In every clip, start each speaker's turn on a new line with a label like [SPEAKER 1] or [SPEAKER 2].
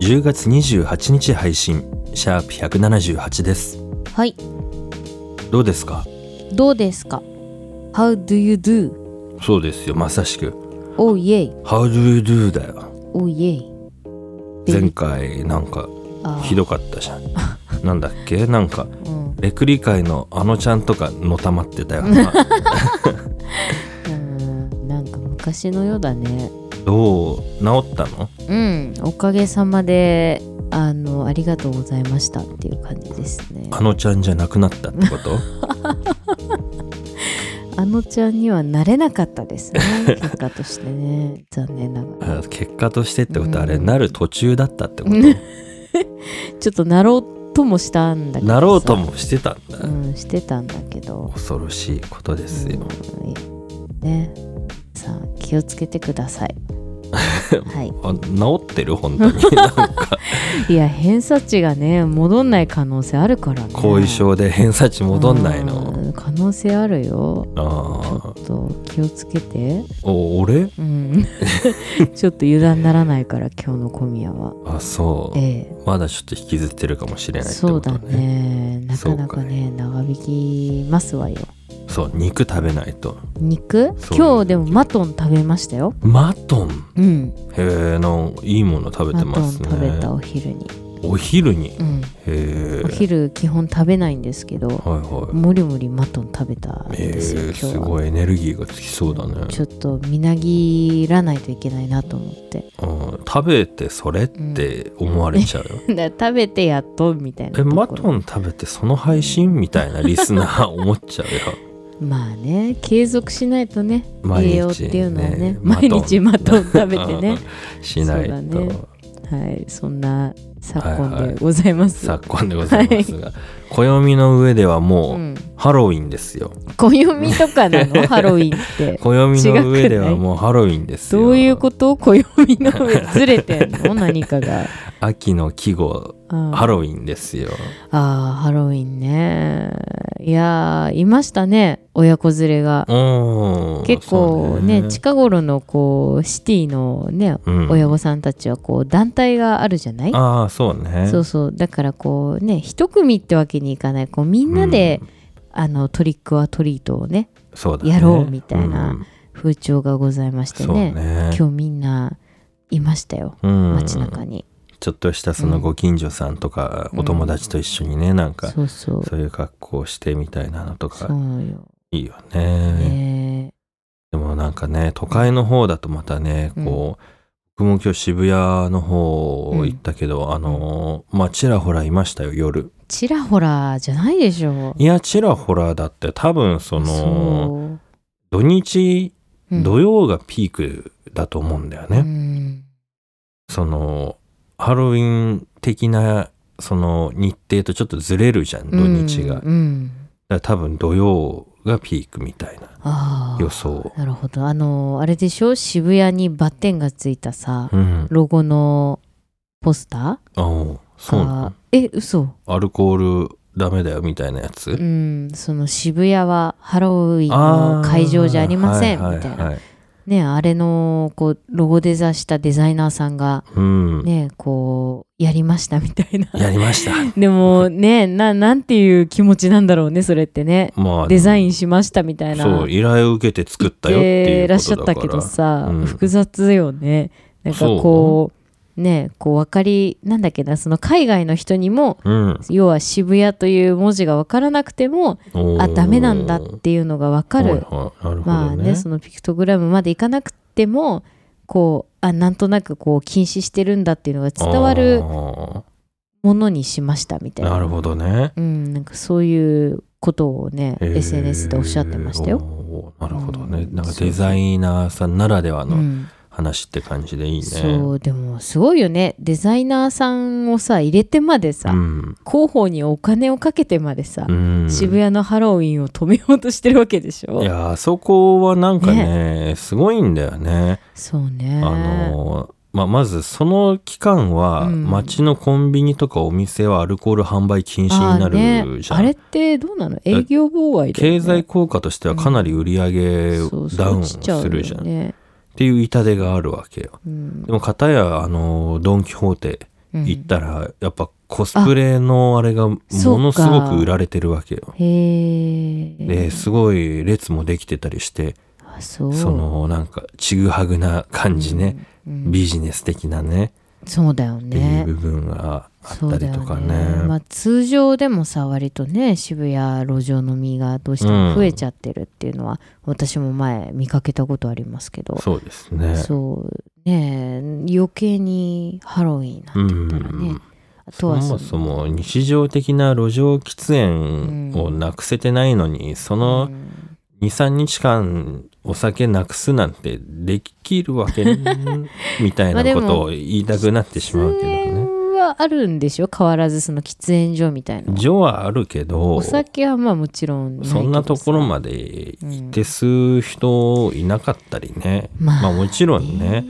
[SPEAKER 1] 10月28日配信シャープ178です
[SPEAKER 2] はい
[SPEAKER 1] どうですか
[SPEAKER 2] どうですか How do you do?
[SPEAKER 1] そうですよまさしく
[SPEAKER 2] Oh yeah,
[SPEAKER 1] How do you do だよ
[SPEAKER 2] oh yeah
[SPEAKER 1] 前回なんか
[SPEAKER 2] あー
[SPEAKER 1] ひどかっ たじゃんなんだっけなんか
[SPEAKER 2] うん
[SPEAKER 1] レクリ界のあのちゃんとかのたまっ てたよな
[SPEAKER 2] うんなんか昔のようだね
[SPEAKER 1] どう治ったの
[SPEAKER 2] うんおかげさまであのありがとうございましたっていう感じですね
[SPEAKER 1] あのちゃんじゃなくなったってこと
[SPEAKER 2] あのちゃんにはなれなかったです ね結果としてね残念ながら
[SPEAKER 1] あ結果としてってことはあれ
[SPEAKER 2] うん
[SPEAKER 1] なる途中だったってこ
[SPEAKER 2] うんちょっとなろうともしたんだけど
[SPEAKER 1] と
[SPEAKER 2] さ
[SPEAKER 1] なろうともしてたんだ
[SPEAKER 2] うんしてたんだけど
[SPEAKER 1] 恐ろしいことですよ
[SPEAKER 2] うんねさあ気をつけてくだ さいはい
[SPEAKER 1] あ治ってる本当に なんか
[SPEAKER 2] いや偏差値がね戻んない可能性あるからね
[SPEAKER 1] 後遺症で偏差値戻んないの
[SPEAKER 2] うん可能性あるよちょ
[SPEAKER 1] あ
[SPEAKER 2] っと気をつけて
[SPEAKER 1] あお俺
[SPEAKER 2] うん ちょっと油断ならないから今日の小宮は
[SPEAKER 1] あそう
[SPEAKER 2] え
[SPEAKER 1] まだちょっと引きずってるかもしれ
[SPEAKER 2] え
[SPEAKER 1] ないって
[SPEAKER 2] そ
[SPEAKER 1] こ
[SPEAKER 2] うだ
[SPEAKER 1] とね
[SPEAKER 2] ねなかなかね長引きますわよ
[SPEAKER 1] そう肉食べないと
[SPEAKER 2] 肉
[SPEAKER 1] そう
[SPEAKER 2] 今日でもマトン食べましたよ
[SPEAKER 1] マトン
[SPEAKER 2] うん
[SPEAKER 1] へえなんいいもの食べ
[SPEAKER 2] マ
[SPEAKER 1] て
[SPEAKER 2] ト
[SPEAKER 1] ま
[SPEAKER 2] ン
[SPEAKER 1] すね
[SPEAKER 2] 食べたお昼に、
[SPEAKER 1] お昼に
[SPEAKER 2] うん、
[SPEAKER 1] へ
[SPEAKER 2] お
[SPEAKER 1] え
[SPEAKER 2] 昼基本食べないんですけど
[SPEAKER 1] はいは
[SPEAKER 2] もりもりマトン食べたん
[SPEAKER 1] いへえ
[SPEAKER 2] ですよ、今日
[SPEAKER 1] す
[SPEAKER 2] は
[SPEAKER 1] ごいエネルギーがつきそうだね
[SPEAKER 2] ちょっとみなぎらないといけないなと思って
[SPEAKER 1] うん食べてそれって思われちゃう よ
[SPEAKER 2] だから食べてやっとみたいな
[SPEAKER 1] え
[SPEAKER 2] ところ
[SPEAKER 1] マトン食べてその配信みたいなリスナー思っちゃうよ
[SPEAKER 2] まあね継続しないとね
[SPEAKER 1] 毎日ね
[SPEAKER 2] 栄養っていうのはね
[SPEAKER 1] マト
[SPEAKER 2] 毎
[SPEAKER 1] ン
[SPEAKER 2] 日マトン食べて ね
[SPEAKER 1] うんしな
[SPEAKER 2] そ
[SPEAKER 1] い
[SPEAKER 2] うだ
[SPEAKER 1] と、
[SPEAKER 2] ねはいそんな昨今
[SPEAKER 1] はいは
[SPEAKER 2] で
[SPEAKER 1] い
[SPEAKER 2] ございます、
[SPEAKER 1] 昨今でございますが、暦の上ではもう、
[SPEAKER 2] うん、
[SPEAKER 1] ハロウィンですよ
[SPEAKER 2] 暦とかな のハロウィンって
[SPEAKER 1] 暦の上ではもうハロウィンですよ
[SPEAKER 2] どういうこと暦の上ずれてんの何かが
[SPEAKER 1] 秋の季語
[SPEAKER 2] うん
[SPEAKER 1] ハロウィンですよ
[SPEAKER 2] あーハロウィンねいやーいましたね親子連れが
[SPEAKER 1] うん
[SPEAKER 2] 結構ね
[SPEAKER 1] そう
[SPEAKER 2] 近頃のこうシティのね、
[SPEAKER 1] うん
[SPEAKER 2] 親御さんたちはこう団体があるじゃない
[SPEAKER 1] ああそうね
[SPEAKER 2] そうそうだからこうね一組ってわけにいかないこうみんなで、あのトリックはトリートをね
[SPEAKER 1] そうだね
[SPEAKER 2] やろうみたいな
[SPEAKER 1] うん
[SPEAKER 2] 風潮がございまして
[SPEAKER 1] そう
[SPEAKER 2] ね
[SPEAKER 1] ね
[SPEAKER 2] 今日みんないましたよ
[SPEAKER 1] うん
[SPEAKER 2] 街中に、
[SPEAKER 1] ちょっとしたそのご近所さんとか、
[SPEAKER 2] うん
[SPEAKER 1] お友達と一緒にねなんか、
[SPEAKER 2] そうそう
[SPEAKER 1] そういう格好をしてみたいなのと
[SPEAKER 2] そ
[SPEAKER 1] か
[SPEAKER 2] うよ、
[SPEAKER 1] いいよね
[SPEAKER 2] ね
[SPEAKER 1] でもなんかね都会の方だとまたねこう、僕も今日渋谷の方行ったけど、あのーまあちらほらいましたよ夜
[SPEAKER 2] ちらほらじゃないでしょ
[SPEAKER 1] いやちらほらだって多分その
[SPEAKER 2] そう
[SPEAKER 1] 土日
[SPEAKER 2] うん
[SPEAKER 1] 土曜がピークだと思うんだよね、
[SPEAKER 2] うん
[SPEAKER 1] そのハロウィン的なその日程とちょっとずれるじゃん土日が、
[SPEAKER 2] うんうん
[SPEAKER 1] だから多分土曜がピークみたいな
[SPEAKER 2] ああ
[SPEAKER 1] 予想
[SPEAKER 2] なるほどあのあれでしょ渋谷にバッテンがついたさ、
[SPEAKER 1] うん
[SPEAKER 2] ロゴのポスタ
[SPEAKER 1] ああ
[SPEAKER 2] ー
[SPEAKER 1] そうな
[SPEAKER 2] え嘘
[SPEAKER 1] のアルコールダメだよみたいなやつ、
[SPEAKER 2] うんその渋谷はハロウィンの会場じゃありません
[SPEAKER 1] あー
[SPEAKER 2] みたい
[SPEAKER 1] は
[SPEAKER 2] な
[SPEAKER 1] はは
[SPEAKER 2] ねあれのこうロゴデザしたデザイナーさんが
[SPEAKER 1] うん、
[SPEAKER 2] ねこうやりましたみたいな
[SPEAKER 1] やりま した
[SPEAKER 2] でもねななんていう気持ちなんだろうねそれってね
[SPEAKER 1] まあ
[SPEAKER 2] デザインしましたみたいな
[SPEAKER 1] そう依頼を受けて作ったよっていう
[SPEAKER 2] らっ
[SPEAKER 1] こ
[SPEAKER 2] しゃ
[SPEAKER 1] と
[SPEAKER 2] っ
[SPEAKER 1] だか
[SPEAKER 2] た
[SPEAKER 1] ら
[SPEAKER 2] けどさ、
[SPEAKER 1] うん
[SPEAKER 2] 複雑よねなんかこうねこう分かりなんだっけなその海外の人にも
[SPEAKER 1] うん、
[SPEAKER 2] 要は渋谷という文字が分からなくても
[SPEAKER 1] おー
[SPEAKER 2] あダメなんだっていうのが分か
[SPEAKER 1] はい
[SPEAKER 2] る
[SPEAKER 1] はいなるほどね,、
[SPEAKER 2] まあねそのピクトグラムまでいかなくてもこうあなんとなくこう禁止してるんだっていうのが伝わる
[SPEAKER 1] あ
[SPEAKER 2] ものにしましたみた
[SPEAKER 1] ー
[SPEAKER 2] いな
[SPEAKER 1] なるほどね
[SPEAKER 2] うん、なんかそういうことをね、
[SPEAKER 1] へー
[SPEAKER 2] SNS でおっしゃってましたよ。
[SPEAKER 1] おーなるほどね、
[SPEAKER 2] うん
[SPEAKER 1] なんかデザイナーさんならでは
[SPEAKER 2] う
[SPEAKER 1] の
[SPEAKER 2] ん、
[SPEAKER 1] 話って感じでいいね。
[SPEAKER 2] そうでもすごいよねデザイナーさんをさ入れてまでさ、
[SPEAKER 1] うん
[SPEAKER 2] 広報にお金をかけてまでさ、
[SPEAKER 1] うん、
[SPEAKER 2] 渋谷のハロウィンを止めようとしてるわけでしょ
[SPEAKER 1] いやあそこはなんかねすごいんだよね。
[SPEAKER 2] そうね
[SPEAKER 1] あのまあ、まずその期間は
[SPEAKER 2] うん
[SPEAKER 1] 街のコンビニとかお店はアルコール販売禁止になるじゃ
[SPEAKER 2] あ,、
[SPEAKER 1] ん、
[SPEAKER 2] ね、あれってどうなの営業妨害だよね
[SPEAKER 1] 経済効果としてはかなり売り上げ
[SPEAKER 2] そうそう
[SPEAKER 1] ダウン
[SPEAKER 2] 落ちちゃうよ
[SPEAKER 1] するじゃんっ
[SPEAKER 2] ね
[SPEAKER 1] ていう痛手があるわけよ
[SPEAKER 2] うん
[SPEAKER 1] でも片やあのドン・キホーテ
[SPEAKER 2] うん
[SPEAKER 1] 行ったらやっぱコスプレのあれがものすごく売られてるわけよ
[SPEAKER 2] へえ
[SPEAKER 1] ですごい列もできてたりして
[SPEAKER 2] あそう
[SPEAKER 1] そのなんかちぐはぐな感じね、
[SPEAKER 2] うん
[SPEAKER 1] ビジネス的なね
[SPEAKER 2] そうだよ
[SPEAKER 1] っていう
[SPEAKER 2] ね
[SPEAKER 1] 部分があ
[SPEAKER 2] そ
[SPEAKER 1] った
[SPEAKER 2] うだ
[SPEAKER 1] り
[SPEAKER 2] よ
[SPEAKER 1] とかね
[SPEAKER 2] まあ、通常でもさ割とね渋谷路上飲みがどうしても増えちゃってるっていうのは、私も前見かけたことありますけど
[SPEAKER 1] そうですね
[SPEAKER 2] そうねえ余計にハロウィンなんて言ったらね、
[SPEAKER 1] うん
[SPEAKER 2] あと
[SPEAKER 1] そ
[SPEAKER 2] は
[SPEAKER 1] も
[SPEAKER 2] の
[SPEAKER 1] そも日常的な路上喫煙をなくせてないのに、その
[SPEAKER 2] うん
[SPEAKER 1] 23日間お酒なくすなんてできるわけ みたい
[SPEAKER 2] まあ
[SPEAKER 1] な
[SPEAKER 2] で
[SPEAKER 1] こ
[SPEAKER 2] も
[SPEAKER 1] とを言いたくなってしまうけ
[SPEAKER 2] 喫
[SPEAKER 1] どね。
[SPEAKER 2] 煙はあるんでしょ変わらずその喫煙所みたいな
[SPEAKER 1] 情はあるけど
[SPEAKER 2] お酒はまあもちろんないけどさ
[SPEAKER 1] そんなところまで行って吸う人いなかったりね、
[SPEAKER 2] まあ
[SPEAKER 1] まあもちろんね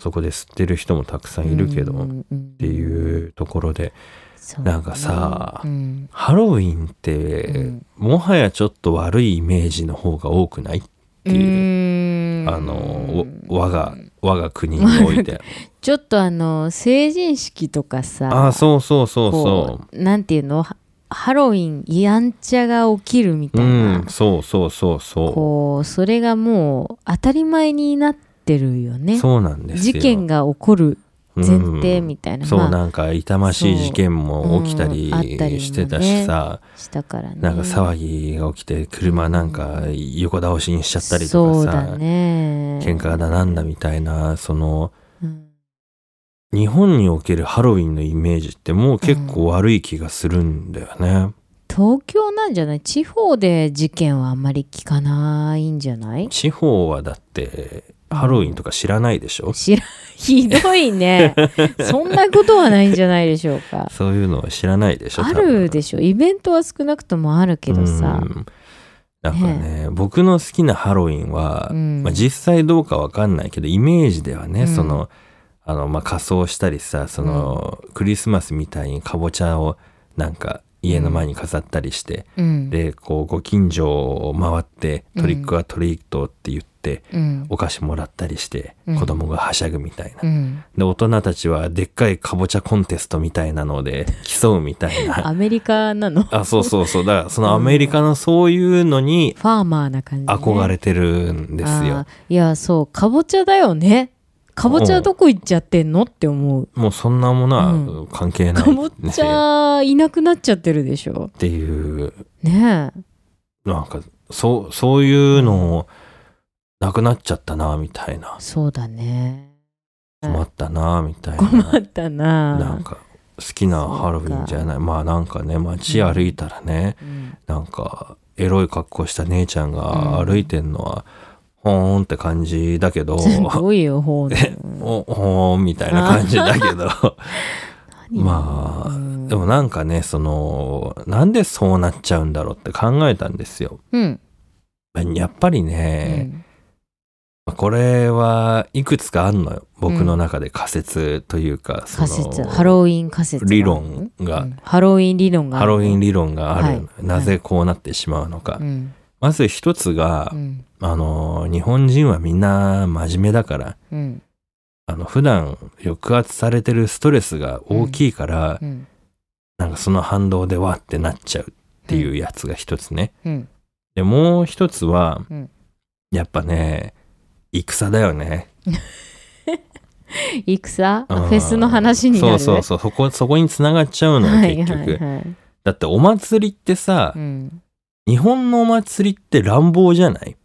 [SPEAKER 1] そこで吸ってる人もたくさんいるけど、
[SPEAKER 2] う
[SPEAKER 1] っ
[SPEAKER 2] んうん
[SPEAKER 1] ていうところで
[SPEAKER 2] そう
[SPEAKER 1] なんかさ
[SPEAKER 2] うん
[SPEAKER 1] ハロウィンって、
[SPEAKER 2] うん
[SPEAKER 1] もはやちょっと悪いイメージの方が多くないっていう、
[SPEAKER 2] うーん
[SPEAKER 1] あのお我が我が国において
[SPEAKER 2] ちょっとあの成人式とかさ
[SPEAKER 1] ああそうそうそう
[SPEAKER 2] こ
[SPEAKER 1] そう
[SPEAKER 2] なんていうのハハロウィンやんちゃが起きるみ
[SPEAKER 1] う
[SPEAKER 2] たいな、
[SPEAKER 1] うんそうそうそうそ
[SPEAKER 2] こうそれがもう当たり前になってるよ
[SPEAKER 1] う
[SPEAKER 2] ね
[SPEAKER 1] そうなんですよ
[SPEAKER 2] 事件が起こる前提
[SPEAKER 1] うん
[SPEAKER 2] みたいな、
[SPEAKER 1] そう
[SPEAKER 2] まあ
[SPEAKER 1] なんか痛ましい事件も起きたり
[SPEAKER 2] そううんあったりもね
[SPEAKER 1] してたしさ、
[SPEAKER 2] したからね
[SPEAKER 1] なんか騒ぎが起きて車なんか横倒しにしちゃったりと
[SPEAKER 2] そう
[SPEAKER 1] か
[SPEAKER 2] だ
[SPEAKER 1] さ、
[SPEAKER 2] ね
[SPEAKER 1] 喧嘩だなんだみたいなその
[SPEAKER 2] うん
[SPEAKER 1] 日本におけるハロウィンのイメージってもう結構悪い気がするんだよね、
[SPEAKER 2] 東京なんじゃない地方で事件はあんまり聞かないんじゃない
[SPEAKER 1] 地方はだってハロウィンとか知らないでしょ、
[SPEAKER 2] 知ら ひどいねそんなことはないんじゃないでしょうか
[SPEAKER 1] そういうのは知らないでしょ
[SPEAKER 2] あ
[SPEAKER 1] 多分
[SPEAKER 2] るでしょイベントは少なくともあるけどさ
[SPEAKER 1] うんなんかね僕の好きなハロウィンは、
[SPEAKER 2] うん
[SPEAKER 1] まあ、実際どうかわかんないけどイメージではね、
[SPEAKER 2] うん
[SPEAKER 1] そのあのまあ仮装したりさその、クリスマスみたいにかぼちゃをなんか家の前に飾ったりして、
[SPEAKER 2] うん
[SPEAKER 1] でこうご近所を回ってトリックはトリートって言って、
[SPEAKER 2] うん
[SPEAKER 1] お菓子もらったりして、
[SPEAKER 2] うん
[SPEAKER 1] 子供がはしゃぐみたいな、
[SPEAKER 2] うん
[SPEAKER 1] で大人たちはでっかいかぼちゃコンテストみたいなの で競うみたいな
[SPEAKER 2] アメリカなのフ
[SPEAKER 1] あそうそうそうだからそのアメリカのそういうのに
[SPEAKER 2] ァーマーな感じ、ね、
[SPEAKER 1] 憧れてるんですよ
[SPEAKER 2] あー。いやそうかぼちゃだよねかぼちゃどこ行っちゃってんのって思う
[SPEAKER 1] もうそんなもの
[SPEAKER 2] う
[SPEAKER 1] は関係ない、
[SPEAKER 2] かぼち
[SPEAKER 1] っ
[SPEAKER 2] ゃいなくなっちゃってるでしょ
[SPEAKER 1] ていう
[SPEAKER 2] ねえ
[SPEAKER 1] なんかそうそういうのをなくなっちゃったなみたいな
[SPEAKER 2] そうだね
[SPEAKER 1] 困ったなみたいな
[SPEAKER 2] 困ったな
[SPEAKER 1] なんか好きなハロウィンじゃないまあなんかね街歩いたらね、
[SPEAKER 2] うん
[SPEAKER 1] なんかエロい格好した姉ちゃんが歩いてんのは、ほーんって感じだ けど
[SPEAKER 2] すごいよ ほうね
[SPEAKER 1] おほーんみたいな感じだけど まあ
[SPEAKER 2] うん
[SPEAKER 1] でもなんかねそのなんでそうなっちゃうんだろうって考えたんですよ。
[SPEAKER 2] うん、
[SPEAKER 1] やっぱり
[SPEAKER 2] う
[SPEAKER 1] ね、
[SPEAKER 2] ん
[SPEAKER 1] これはいくつかあんのよ僕の中で仮説というか、その
[SPEAKER 2] 仮説ハロウィン仮説が
[SPEAKER 1] 理論が、
[SPEAKER 2] うんハロウィン理論が
[SPEAKER 1] ハロウィン
[SPEAKER 2] 理
[SPEAKER 1] 理論があるのよ、
[SPEAKER 2] はい
[SPEAKER 1] なぜこうなってしまうのか、
[SPEAKER 2] うん
[SPEAKER 1] まず一つが、
[SPEAKER 2] うん
[SPEAKER 1] あの日本人はみんな真面目だから
[SPEAKER 2] うん
[SPEAKER 1] あの普段抑圧されてるストレスが大きいから、
[SPEAKER 2] うん
[SPEAKER 1] なんかその反動でわってなっちゃうっていうやつが一つね、
[SPEAKER 2] うん
[SPEAKER 1] でもう一つは、
[SPEAKER 2] うん
[SPEAKER 1] やっぱね戦だよね
[SPEAKER 2] 戦フ
[SPEAKER 1] うん
[SPEAKER 2] ェスの話になる
[SPEAKER 1] そうそうそうそこそこにつながっちゃうのよ、
[SPEAKER 2] はい
[SPEAKER 1] 結
[SPEAKER 2] は
[SPEAKER 1] 局、
[SPEAKER 2] いはい
[SPEAKER 1] だってお祭りってさ、
[SPEAKER 2] うん
[SPEAKER 1] 日本のお祭りって乱暴じゃない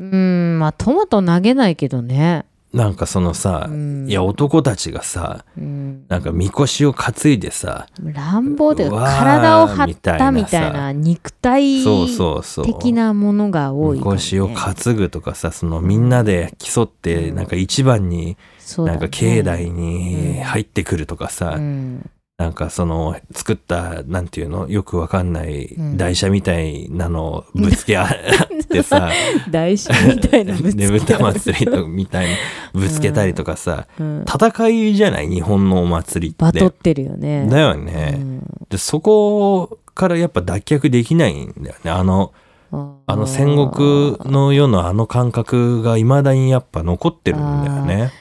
[SPEAKER 2] うんまあトマト投げないけどね
[SPEAKER 1] なんかそのさ、
[SPEAKER 2] うん
[SPEAKER 1] いや男たちがさ
[SPEAKER 2] うん、
[SPEAKER 1] なんかみこしを担いでさ
[SPEAKER 2] 乱暴という
[SPEAKER 1] う
[SPEAKER 2] か
[SPEAKER 1] わー
[SPEAKER 2] 体を張ったみ
[SPEAKER 1] みた
[SPEAKER 2] た
[SPEAKER 1] い
[SPEAKER 2] い
[SPEAKER 1] なさ
[SPEAKER 2] な肉体
[SPEAKER 1] そうそうそう
[SPEAKER 2] 的なものが多い
[SPEAKER 1] み
[SPEAKER 2] かもね、
[SPEAKER 1] こしを担ぐとかさそのみんなで競って
[SPEAKER 2] うん
[SPEAKER 1] なんか一番に
[SPEAKER 2] そうだ
[SPEAKER 1] なん
[SPEAKER 2] ね
[SPEAKER 1] か境内
[SPEAKER 2] うん
[SPEAKER 1] に入ってくるとかさ、
[SPEAKER 2] うん
[SPEAKER 1] なんかその作ったなんていうのよくわかんない
[SPEAKER 2] うん
[SPEAKER 1] 台車みたいなのをぶつけ合ってさ
[SPEAKER 2] 大師みたいな ぶつけ
[SPEAKER 1] ねぶた祭りとみたいなぶつけたりとかさ、
[SPEAKER 2] うん
[SPEAKER 1] 戦いじゃない日本のお祭り
[SPEAKER 2] バ
[SPEAKER 1] っ。
[SPEAKER 2] トっててるよね
[SPEAKER 1] だよ
[SPEAKER 2] う
[SPEAKER 1] ね、
[SPEAKER 2] ん
[SPEAKER 1] でそこからやっぱ脱却できないんだよねあのあの戦国の世のあの感覚がいまだにやっぱ残ってるんだよね。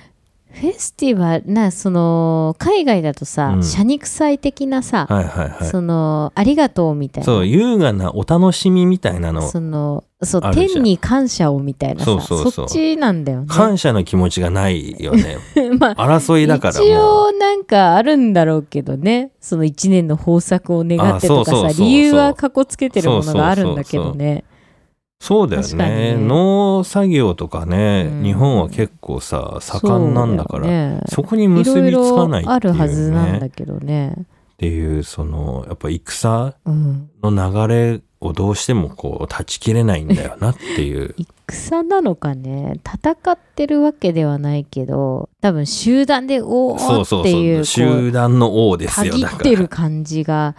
[SPEAKER 2] フェスティバルなその海外だとさ、
[SPEAKER 1] うん
[SPEAKER 2] 謝肉祭的なさ、
[SPEAKER 1] はいはいは
[SPEAKER 2] そのありがとうみたい
[SPEAKER 1] い。
[SPEAKER 2] な
[SPEAKER 1] そう優雅なお楽しみみたいなの
[SPEAKER 2] そのそう
[SPEAKER 1] あるじゃん
[SPEAKER 2] 天に感謝をみたいなさ
[SPEAKER 1] そうそうそう
[SPEAKER 2] っちなんだよね。
[SPEAKER 1] 感謝の気持ちがないよね。
[SPEAKER 2] まあ
[SPEAKER 1] 争いだから
[SPEAKER 2] 一
[SPEAKER 1] もう。
[SPEAKER 2] 応なんかあるんだろうけどねその一年の豊作を願ってとか
[SPEAKER 1] あそうそうそう
[SPEAKER 2] さ
[SPEAKER 1] そう
[SPEAKER 2] 理由はかこつけてるものがあるんだけどね。
[SPEAKER 1] そうだよ
[SPEAKER 2] 確かに
[SPEAKER 1] ね
[SPEAKER 2] ね
[SPEAKER 1] 農作業とかね、
[SPEAKER 2] うん
[SPEAKER 1] 日本は結構さ盛んなんだからそ
[SPEAKER 2] そうよね
[SPEAKER 1] こに結びつかない
[SPEAKER 2] いろいろあ
[SPEAKER 1] って
[SPEAKER 2] るは
[SPEAKER 1] いう
[SPEAKER 2] ずなんだ
[SPEAKER 1] ね
[SPEAKER 2] けどね。
[SPEAKER 1] っていうそのやっぱ戦
[SPEAKER 2] うん、
[SPEAKER 1] の流れをどうしてもこう断ち切れないんだよなっていう
[SPEAKER 2] 戦なのかね戦ってるわけではないけど多分集団でお
[SPEAKER 1] そ
[SPEAKER 2] お
[SPEAKER 1] うそう
[SPEAKER 2] っていう
[SPEAKER 1] そう
[SPEAKER 2] こう
[SPEAKER 1] 集団の王です
[SPEAKER 2] た
[SPEAKER 1] よ
[SPEAKER 2] ぎ
[SPEAKER 1] だ
[SPEAKER 2] っ
[SPEAKER 1] か
[SPEAKER 2] て
[SPEAKER 1] ら
[SPEAKER 2] る感じが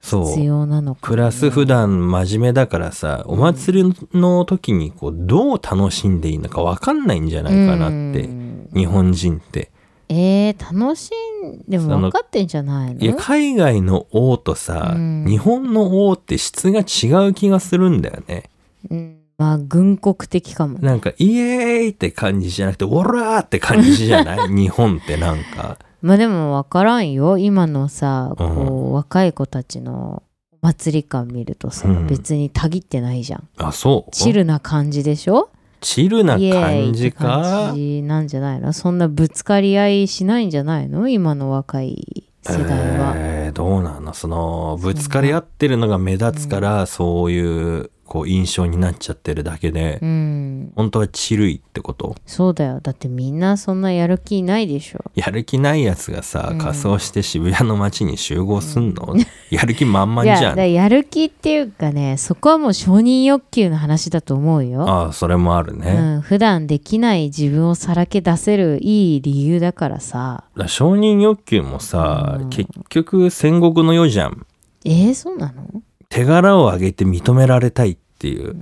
[SPEAKER 1] そ
[SPEAKER 2] 必
[SPEAKER 1] う
[SPEAKER 2] 要なのか、ね、
[SPEAKER 1] プラス普段真面目だからさお祭りの時にこうどう楽しんでいいのか分かんないんじゃないかなって
[SPEAKER 2] うん
[SPEAKER 1] 日本人って
[SPEAKER 2] えー、楽しんでも分かってんじゃないの
[SPEAKER 1] いや海外の王とさ
[SPEAKER 2] うん
[SPEAKER 1] 日本の王って質が違う気がするんだよね
[SPEAKER 2] うん、まあ軍国的かもね
[SPEAKER 1] なんかイエーイって感じじゃなくてオラーって感じじゃ ない日本ってなんか
[SPEAKER 2] まあでも分からんよ今のさこう、
[SPEAKER 1] う
[SPEAKER 2] 若い子たちのお祭り感見るとさ、
[SPEAKER 1] うん
[SPEAKER 2] 別にたぎってないじゃん
[SPEAKER 1] あそう
[SPEAKER 2] チルな感じでしょ
[SPEAKER 1] チルな
[SPEAKER 2] イエーイ
[SPEAKER 1] 感
[SPEAKER 2] って
[SPEAKER 1] じか
[SPEAKER 2] 感じなんじゃないのそんなぶつかり合いしないんじゃないの今の若い世代は、
[SPEAKER 1] えーどうなのそのぶつかり合ってるのが目立つからそういうこう印象になっちゃってるだけで、
[SPEAKER 2] うん
[SPEAKER 1] 本当はチルいってこと
[SPEAKER 2] そうだよだってみんなそんなやる気ないでしょ
[SPEAKER 1] やる気ないやつがさ、
[SPEAKER 2] うん
[SPEAKER 1] 仮装して渋谷の街に集合すんの、やる気満 々
[SPEAKER 2] いや
[SPEAKER 1] じ
[SPEAKER 2] だ
[SPEAKER 1] ゃ
[SPEAKER 2] か
[SPEAKER 1] ん
[SPEAKER 2] らやる気っていうかねそこはもう承認欲求の話だと思うよ、
[SPEAKER 1] ああそれもある
[SPEAKER 2] う
[SPEAKER 1] ね、だか
[SPEAKER 2] ん、普段できない自分をさらけ出せるいい理由だからさ
[SPEAKER 1] ら承認欲求もさ、
[SPEAKER 2] うん
[SPEAKER 1] 結局戦国の世じゃん
[SPEAKER 2] えー、そうなの、
[SPEAKER 1] 手柄を上げて認められたいっていう、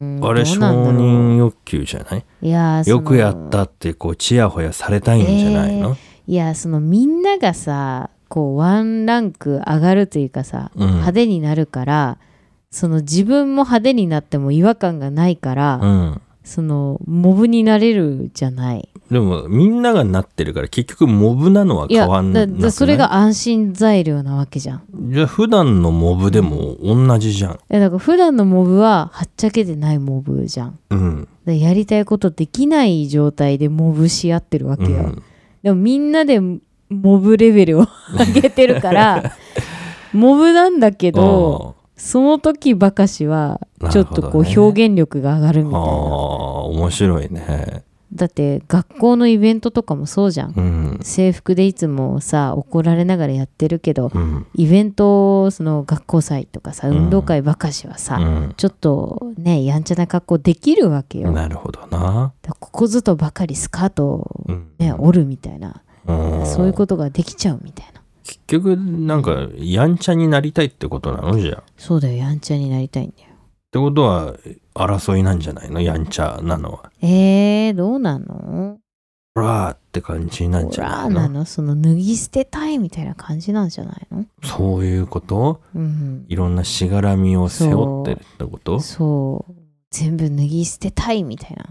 [SPEAKER 2] うん、
[SPEAKER 1] あれ
[SPEAKER 2] ど
[SPEAKER 1] 承
[SPEAKER 2] うなんだろう
[SPEAKER 1] 認欲求じゃない
[SPEAKER 2] いやーその
[SPEAKER 1] よくやったってこうチヤホヤされたいんじゃないの、
[SPEAKER 2] いやそのみんながさこうワンランク上がるというかさ、
[SPEAKER 1] うん
[SPEAKER 2] 派手になるからその自分も派手になっても違和感がないから、
[SPEAKER 1] うん
[SPEAKER 2] そのモブになれるじゃない
[SPEAKER 1] でもみんながなってるから結局モブなのはい
[SPEAKER 2] や
[SPEAKER 1] 変わんな
[SPEAKER 2] だ
[SPEAKER 1] くない
[SPEAKER 2] だそれが安心材料なわけじゃん
[SPEAKER 1] じゃあ普段のモブでも同じじゃん
[SPEAKER 2] えだから普段のモブははっちゃけてないモブじゃんだか
[SPEAKER 1] うん、
[SPEAKER 2] らやりたいことできない状態でモブし合ってるわけ
[SPEAKER 1] う
[SPEAKER 2] よ、
[SPEAKER 1] ん、
[SPEAKER 2] でもみんなでモブレベルを上げてる からモブなんだけどその時ばかしは
[SPEAKER 1] な
[SPEAKER 2] ちょ
[SPEAKER 1] る
[SPEAKER 2] っ
[SPEAKER 1] ほどね
[SPEAKER 2] とこう表現力が上がるみ
[SPEAKER 1] あー
[SPEAKER 2] たい
[SPEAKER 1] あー
[SPEAKER 2] な
[SPEAKER 1] 面白いね
[SPEAKER 2] だって学校のイベントとかもそうじゃん
[SPEAKER 1] うん
[SPEAKER 2] 制服でいつもさ怒られながらやってるけど
[SPEAKER 1] うん
[SPEAKER 2] イベントその学校祭とかさ
[SPEAKER 1] うん
[SPEAKER 2] 運動会ばかしはさ、
[SPEAKER 1] うん
[SPEAKER 2] ちょっとねやんちゃな格好できるわけよだか
[SPEAKER 1] なるほどな、
[SPEAKER 2] らここずとばかりスカートを
[SPEAKER 1] うん
[SPEAKER 2] ね折るみたいな
[SPEAKER 1] うん
[SPEAKER 2] そういうことができちゃうみたいな
[SPEAKER 1] 結局なんかやんちゃになりたいってことなのじゃあっ
[SPEAKER 2] そうだよやんちゃになりたいんだよ
[SPEAKER 1] てことは争いなんじゃないのやんちゃなのは
[SPEAKER 2] えー、どうなの
[SPEAKER 1] ほらーって感じなん
[SPEAKER 2] ほ
[SPEAKER 1] じ
[SPEAKER 2] ら
[SPEAKER 1] ゃ
[SPEAKER 2] ー
[SPEAKER 1] な
[SPEAKER 2] ない
[SPEAKER 1] の
[SPEAKER 2] のその脱ぎ捨てたいみたいな感じなんじゃないの
[SPEAKER 1] そういうこと
[SPEAKER 2] うん
[SPEAKER 1] いろんなしがらみを背負ってるってこと
[SPEAKER 2] そう全部脱ぎ捨てたいみたいな